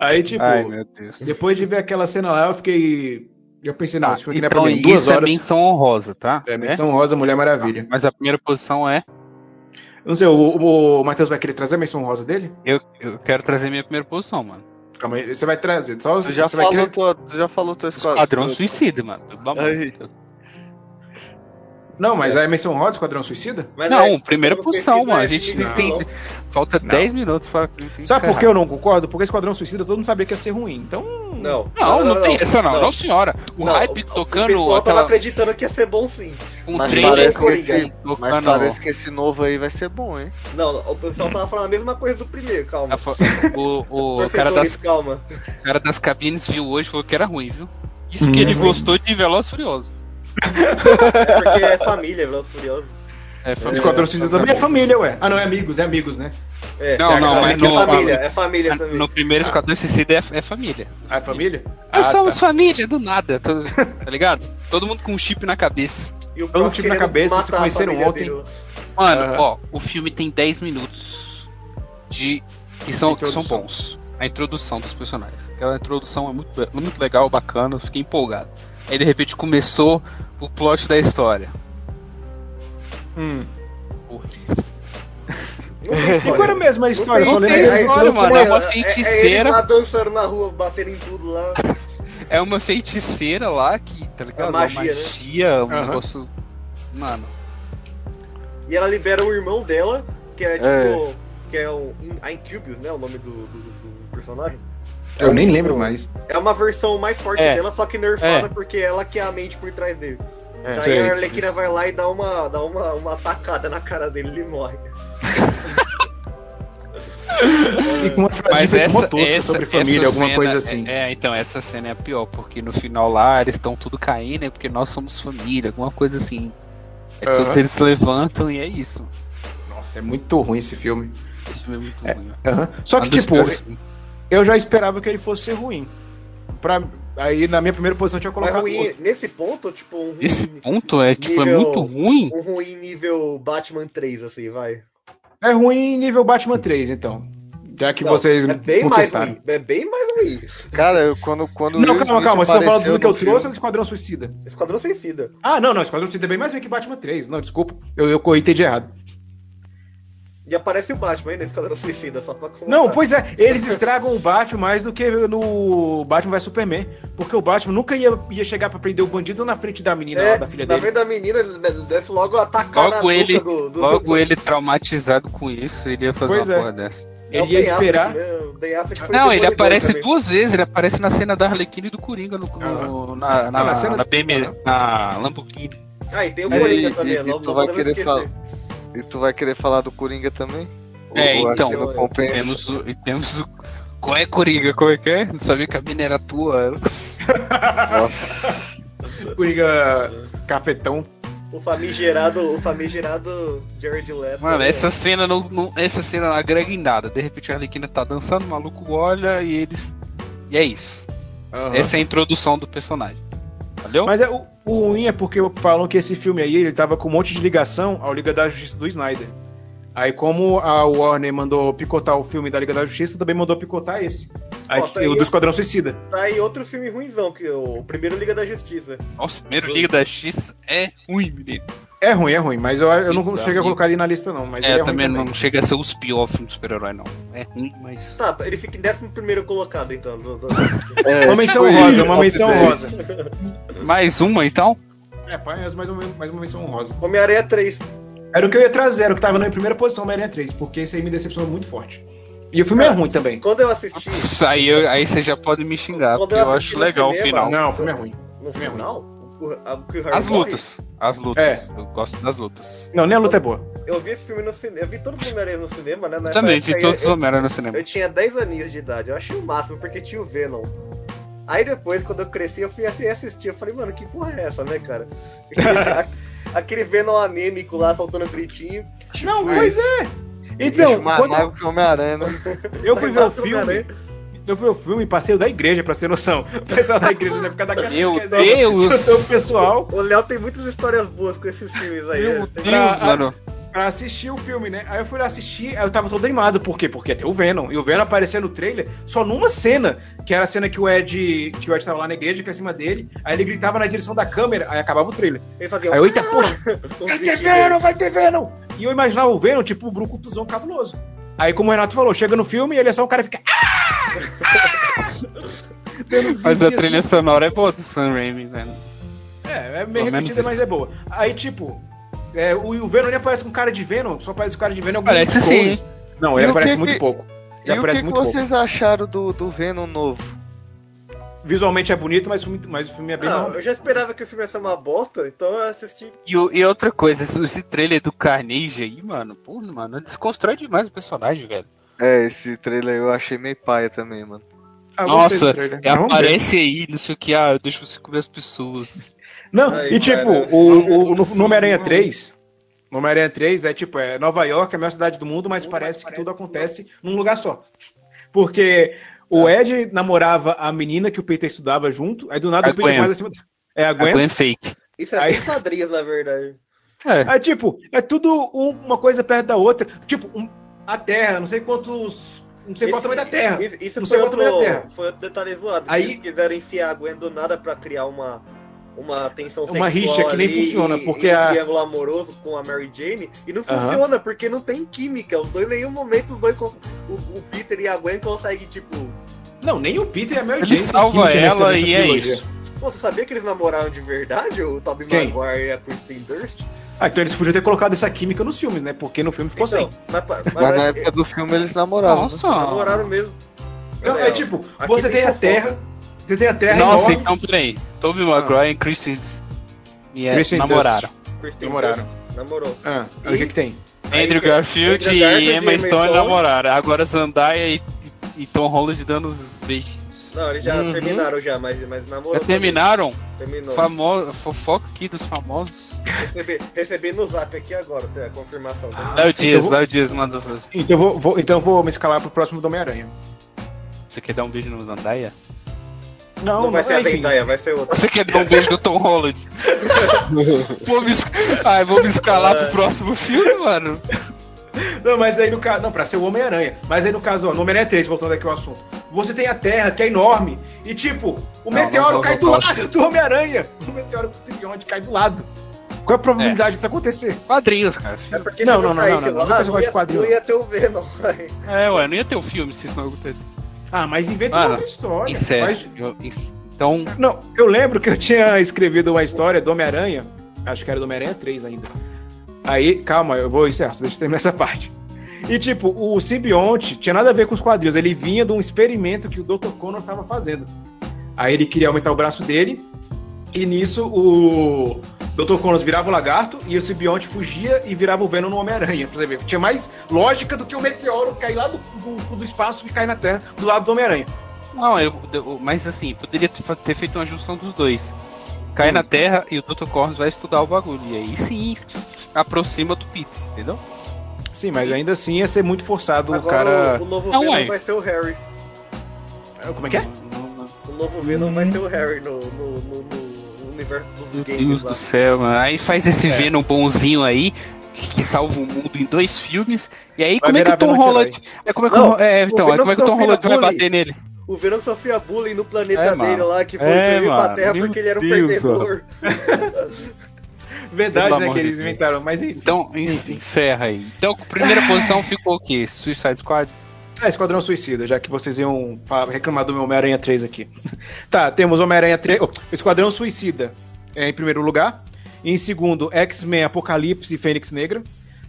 Aí, tipo, Ai, meu Deus. depois de ver aquela cena lá, eu fiquei. Eu pensei, não, Tá, isso aqui não é pra então mim. Duas isso é horas. menção honrosa, tá? É, menção rosa, Mulher Maravilha. Mas a primeira posição é. Eu Não sei, o, o, o Matheus vai querer trazer a menção rosa dele? Eu, eu quero trazer minha primeira posição, mano. Calma aí, você vai trazer. Só Tu já, você vai falou querer... tua, tu já falou tua esquadra. Esquadrão Suicida, mano. Pelo amor de Aí. Deus. Não, mas a menção rosa, Esquadrão Suicida? Mas Não, é- primeira não posição, pesquisa, mano. A é gente filme, não tem- não. Falta Não. 10 minutos pra. Sabe É. por que eu não concordo? Porque Esquadrão Suicida todo mundo sabia que ia ser ruim. Então, Não, Não, não, tem essa não, não, não. senhora. O Não, hype O tocando pessoal tá tava aquela, acreditando que ia ser bom sim. um Mas trailer parece com que esse- esse- tocando. Mas parece que esse novo aí vai ser bom, hein? Não, o pessoal tava falando a mesma coisa do primeiro, calma. a fa- o, o Ah, cara, tá- Torcedores, das, calma. cara das cabines viu hoje e falou que era ruim, viu? Isso que Hum. ele gostou de Veloz e Furioso. É porque é família, Velozes e Furiosos. É, o família. Esquadrão Suicida também é família, ué. Ah, não, é amigos, é amigos, né? É, Não, é, não, é, mas é no- família, é família também. Ah, No primeiro Esquadrão Suicida é, é família. Ah, é família? Ah, Ah, somos tá. família, do nada. Tô- tá ligado? Todo mundo com um chip na cabeça. E o Eu não tive na querendo cabeça, matar se conheceram a família ontem. dele. Mano, Aham. ó, o filme tem 10 minutos de que são, que são Introdução. bons. A introdução dos personagens. Aquela introdução é muito, é muito legal, bacana, eu fiquei empolgado. Aí de repente começou o plot da história. Hum. Horrível. Não E tem qual história. era mesmo a história? Eu tem- só não lembro tem da história, introdução. mano, é uma eles feiticeira. lá dançando na rua, batendo em tudo lá. É uma feiticeira lá que, tá ligado? É Uma magia, né? magia, um Aham. negócio. Mano. E ela libera o irmão dela, que é tipo. É. Que é um. In- A Incubius, né? O nome do, do, do personagem. Eu nem lembro mais. É uma versão mais forte É. dela, só que nerfada, É. porque ela que é a mente por trás dele. É, Daí sei. a Arlequina vai lá e dá uma, dá uma, uma atacada na cara dele e ele morre. E com uma Mas frase essa, motosca essa, é sobre família, essa alguma cena- coisa assim. É, é, então, essa cena é a pior, porque no final lá eles estão tudo caindo, é porque nós somos família, alguma coisa assim. É Aham. todos eles se levantam e é isso. Nossa, é muito ruim esse filme. Esse filme é muito ruim. né? Aham. Só que, Um dos tipo, piores filmes. eu já esperava que ele fosse ser ruim. Pra... Aí, na minha primeira posição, eu tinha Mas colocado É ruim, outro. nesse ponto, tipo, um ruim, esse ponto é, tipo, é nível- muito ruim. um ruim nível Batman 3, assim, vai. É ruim nível Batman 3, então. Já que Não, vocês é bem mais conquistaram. ruim. É bem mais ruim. Cara, eu, quando, quando. não, o Will calma, Smith calma. Você tá falando do apareceu filme que eu no filme- trouxe ou do Esquadrão Suicida? Esquadrão Suicida. Ah, não, não. Esquadrão Suicida é bem mais ruim que Batman 3. Não, desculpa. Eu, eu corri, entendi errado. E aparece o Batman aí no Esquadrão Suicida, só pra comentar. Não, pois é. Eles estragam o Batman mais do que no Batman vai Superman. Porque o Batman nunca ia, ia chegar pra prender o bandido na frente da menina lá, É, da filha na dele. frente da menina, ele desce logo atacar Logo na nuca ele, do, do- logo ele traumatizado com isso, ele ia fazer Pois uma é. porra dessa. É o Ele ia Ben esperar. Affleck, né? O Ben Affleck foi Não, ele demolidor aparece também. duas vezes, ele aparece na cena da Arlequina e do Coringa no, no- Aham. na, na, Ah, na na, cena- BM, na Lamborghini. Ah, e tem o Mas Coringa e- também, e- não, e tu não vai podemos querer esquecer. falar- E tu vai querer falar do Coringa também? É, Ou- ou acho então, que não eu- compensa? Temos o, e temos o. Qual é Coringa? Como é que é? Não sabia que a mina era tua. Coringa cafetão. O famigerado, o famigerado Jared Leto. Mano, É. né? essa cena não, não- essa cena não agrega em nada. De repente a Arlequina tá dançando, o maluco olha e eles. E é isso. Aham. Essa é a introdução do personagem. Valeu? Mas é, o, o ruim é porque falam que esse filme aí ele tava com um monte de ligação ao Liga da Justiça do Snyder. Aí, como a Warner mandou picotar o filme da Liga da Justiça, também mandou picotar esse. Aí, Ó, tá aí. o do Esquadrão Suicida. Tá aí outro filme ruimzão, que é o primeiro Liga da Justiça. Nossa, primeiro Liga da X é ruim, menino. É ruim, é ruim, mas eu, eu não Liga, chego a Liga. colocar ele na lista, não. Mas É, ele é também ruim não chega a ser os piores filmes de super-herói, não. É ruim, mas. Tá, tá, ele fica em décimo primeiro colocado, então. no- no- É, Uma menção tipo rosa, isso. uma menção rosa. Mais uma então? É, pai, mais uma, mais uma menção rosa. Homem-Aranha 3. Era o que eu ia trazer, era o que tava na primeira posição, Homem-Aranha 3, porque esse aí me decepcionou muito forte. E o filme é ruim também. Quando eu assisti Pss, Aí, eu- aí você já pode me xingar, Quando porque eu eu assisti acho no legal cinema, o final. Não, o filme é ruim. no Filme final, o, a, o que o Harry As morre, lutas. As lutas. Eu gosto das lutas. Não, nem a luta é boa. eu vi esse filme no cinema. Eu vi todos os Homem-Aranha no cinema, né? na Também, época, vi todos os eu, Homem-Aranha no cinema. eu tinha 10 aninhos de idade, eu achei o máximo, porque tinha o Venom. Aí depois, quando eu cresci, eu fui assi- assistir. Eu falei, mano, que porra é essa, né, cara? aquele Venom anêmico lá soltando gritinho. Não, Tipo pois isso. é. Então, mais quando amargo que o Homem-Aranha, né? eu fui ver o Exato, filme, Homem-Aranha. né? eu fui ver o filme e passei o da igreja, pra ter noção. O pessoal da igreja na época da Meu quer dizer, Deus! juntou o pessoal O Léo tem muitas histórias boas com esses filmes aí. né? Meu Tem- Deus, mano. pra assistir o filme, né? Aí eu fui lá assistir, aí eu tava todo animado. Por quê? Porque tem o Venom. E o Venom aparecia no trailer só numa cena, que era a cena que o Ed, que o Ed tava lá na igreja, que é acima dele. Aí ele gritava na direção da câmera, aí acabava o trailer. Ele fazia Aí eu, eita, poxa, um vai ter gritinho. Venom, vai ter Venom! E eu imaginava o Venom, tipo, o brucutuzão cabuloso. Aí, como o Renato falou, chega no filme e ele é só um cara que fica... Mas a trilha sonora é boa do Sam Raimi, velho. É, é meio Pelo menos repetida, mas isso. é boa. Aí, tipo, é, o, o Venom ele aparece com cara de Venom, só aparece com cara de Venom em alguns Parece cores. sim. Não, ele E o aparece que muito que- pouco. E Ele o que, aparece que muito pouco. vocês acharam do, do Venom novo? Visualmente é bonito, mas, o filme- mas o filme é bem Ah, normal. eu já esperava que o filme ia ser uma bosta, então eu assisti. E, o- e outra coisa, esse- esse trailer do Carnage aí, mano, pô, mano, desconstrói demais o personagem, velho. É, esse trailer eu achei meio paia também, mano. Ah, eu gostei do Nossa, trailer. é, Mas vamos ver. aparece aí, não sei o que, ah, eu deixo você comer as pessoas. Não, Ai, e tipo, cara. o, o, no, no Homem-Aranha 3. No Homem-Aranha 3 é tipo, é Nova York, é a maior cidade do mundo, mas parece que tudo acontece num lugar só. Porque o É. Ed namorava a menina que o Peter estudava junto, aí do nada A o Peter Gwen. mais acima. É a A Gwen. Gwen Fake. Isso é Aí- bem quadrinhos, na verdade. É, É tipo, é tudo um- uma coisa perto da outra. Tipo, um- a Terra, não sei quantos. Não sei qual é o Isso- tamanho da Terra. Isso, isso Não sei foi, qual o outro, tamanho da Terra. foi outro detalhe zoado. Aí- Aí... Eles quiseram enfiar a Gwen do nada pra criar uma, uma tensão sexual. Uma rixa que nem ali funciona, e- porque e um a- triângulo amoroso com a Mary Jane. E não Aham. funciona, porque não tem química. Os dois, em nenhum momento, os dois. cons- O, o Peter e a Gwen conseguem, tipo. Não, nem o Peter e a Mary Ele Jane têm salva química nessa- ela nessa e é trilogia. isso. Pô, você sabia que eles namoraram de verdade? O Tobey Quem? Maguire e a Kristen Durst? Ah, então eles podiam ter colocado essa química nos filmes, né? Porque no filme ficou sem. Então, mas, pa- mas, é Mas na época do filme eles namoravam. né? nossa. namoraram mesmo. Não, é Léo, tipo, aqui você tem, a fofoca. Terra. Você tem a Terra Nossa, enorme. então peraí. Tobey Maguire e Kristen e é, Kristen namoraram. Kristen Namoraram. Durst namorou. Ah, aí o que, que tem? É Andrew Aí, Garfield Andrew e Garfield e Emma Emma Stone Stone. namoraram. Agora Zendaya e, e Tom Holland dando os beijinhos. Não, eles já Uhum. terminaram já, mas, mas namorou. Já também. terminaram? Terminou. Famo... Fofoca aqui dos famosos. Recebi, recebi no zap aqui agora tá, a confirmação. Léo Dias, vou- Léo Dias mandou. pra Você Então eu vou, vou- então eu vou me escalar pro próximo do Homem-Aranha. Você quer dar um beijo no Zendaya? não, vai é ser a Zendaya, vai ser outra. Você quer dar um beijo do Tom Holland? vou me... es- Ai, vou me escalar pro próximo filme, mano. Não, mas aí no caso. Não, pra ser o Homem-Aranha. Mas aí no caso, ó, no Homem-Aranha 3, voltando aqui ao assunto. Você tem a Terra, que é enorme. E tipo, o Não, meteoro não, não, cai não do posso. lado do Homem-Aranha. O meteoro com o simbionte cai do lado. Qual é a probabilidade disso acontecer? Quadrinhos, cara. É porque Não, se não, não, caísse não, não, lá, não, depois eu gosto de ia- quadrinho. não ia ter o Venom. vai. É, ué, não ia ter o filme se isso não acontecesse. Ah, mas inventa Mano, uma outra história. Incesto. Faz- Eu- ins- Então, Não, eu lembro que eu tinha escrevido uma história do Homem-Aranha. Acho que era do Homem-Aranha 3 ainda. Aí, calma, eu vou encerrar, só deixa eu terminar essa parte. E tipo, o simbionte tinha nada a ver com os quadrinhos, ele vinha de um experimento que o Dr. Connors estava fazendo. Aí ele queria aumentar o braço dele, e nisso o Dr. Connors virava o lagarto e o simbionte fugia e virava o Venom no Homem-Aranha, pra você ver. Tinha mais lógica do que o meteoro cair lá do, do, do espaço e cair na Terra do lado do Homem-Aranha. não, eu, eu- mas assim, poderia ter fa- ter feito uma junção dos dois. Cai na Terra e o Dr. Corns vai estudar o bagulho. E aí sim, aproxima do Peter, entendeu? Sim, mas ainda assim ia ser muito forçado o Agora cara. o, o novo Não, Venom ué. vai ser o Harry. Como é que é? O novo Venom vai ser o Harry no, no, no- no universo dos Meu games Deus lá. do céu, mano. Aí faz esse É. Venom bonzinho aí, que, que salva o mundo em dois filmes. E aí, Vai como é que virar o Tom vilão de Holland. É, como é que, o Não, Ro- é, então, é, Venom como é que o Tom sofreu Holland vai bullying. bater nele? O Venom sofria bullying no planeta É, dele mano. lá, que foi É, dormir pra mano. terra Meu porque ele era um Deus, perdedor. Verdade, Pelo né? amor Que de eles Deus. inventaram, mas enfim. Então, en- encerra aí. Então, primeira posição ficou o quê? Suicide Squad? Ah, Esquadrão Suicida, já que vocês iam falar- reclamar do meu Homem-Aranha 3 aqui. tá, temos Homem-Aranha 3. oh, Esquadrão Suicida é, em primeiro lugar. Em segundo, X-Men Apocalipse e Fênix Negra.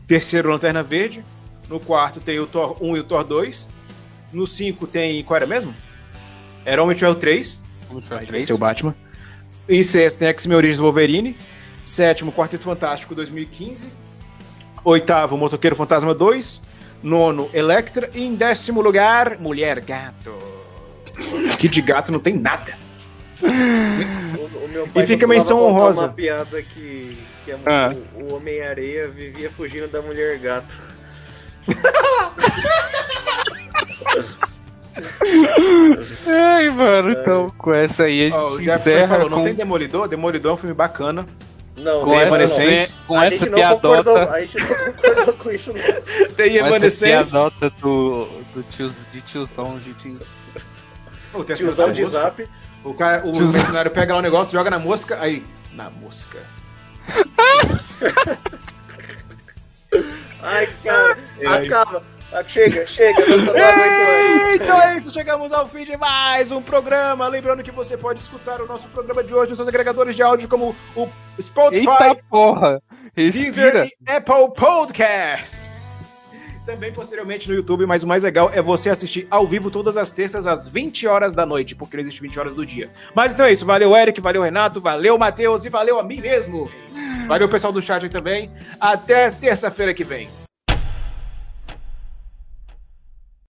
Terceiro, Lanterna Verde. No quarto tem o Thor 1 e o Thor 2. No 5 tem. Qual era mesmo? Era Homem de Ferro 3. Vamos Aí ver, vai três. ser o Batman. Em sexto tem X-Men Origins Wolverine. Sétimo, Quarteto Fantástico 2015. Oitavo, Motoqueiro Fantasma 2. Nono, Electra. E em décimo lugar, Mulher Gato. Que de gato não tem nada. O- o meu pai E fica não pulava menção contar honrosa. Uma piada que que a- Ah. o, o Homem-Areia vivia fugindo da Mulher Gato. Ai, mano, então com essa aí a gente Ó, o Jefferson encerra falou, não com, tem Demolidor? Demolidor é um filme bacana. Não, com não, essa, Evanescence. cena- com a essa gente não concordou, piadota. a gente não concordou com isso, não. Tem Com essa Evanescence. piadota do, do tio, de tiozão de tio. Pô, tem essa Tiozão de música. zap. O, cara, o Tiozão. mercenário pega lá o negócio, joga na mosca, aí... Na mosca. Ai, cara, Ai. acaba. Ah, Chega, chega, não tô não aguento mais. Então é isso, chegamos ao fim de mais um programa. Lembrando que você pode escutar o nosso programa de hoje nos seus agregadores de áudio como o Spotify, Eita porra! Respira! Deezer e Apple Podcast. Também posteriormente no YouTube, mas o mais legal é você assistir ao vivo todas as terças às 20 horas da noite, porque não existe 20 horas do dia. Mas então é isso, valeu Eric, valeu Renato, valeu Matheus e valeu a mim mesmo. Valeu pessoal do chat aí também. Até terça-feira que vem.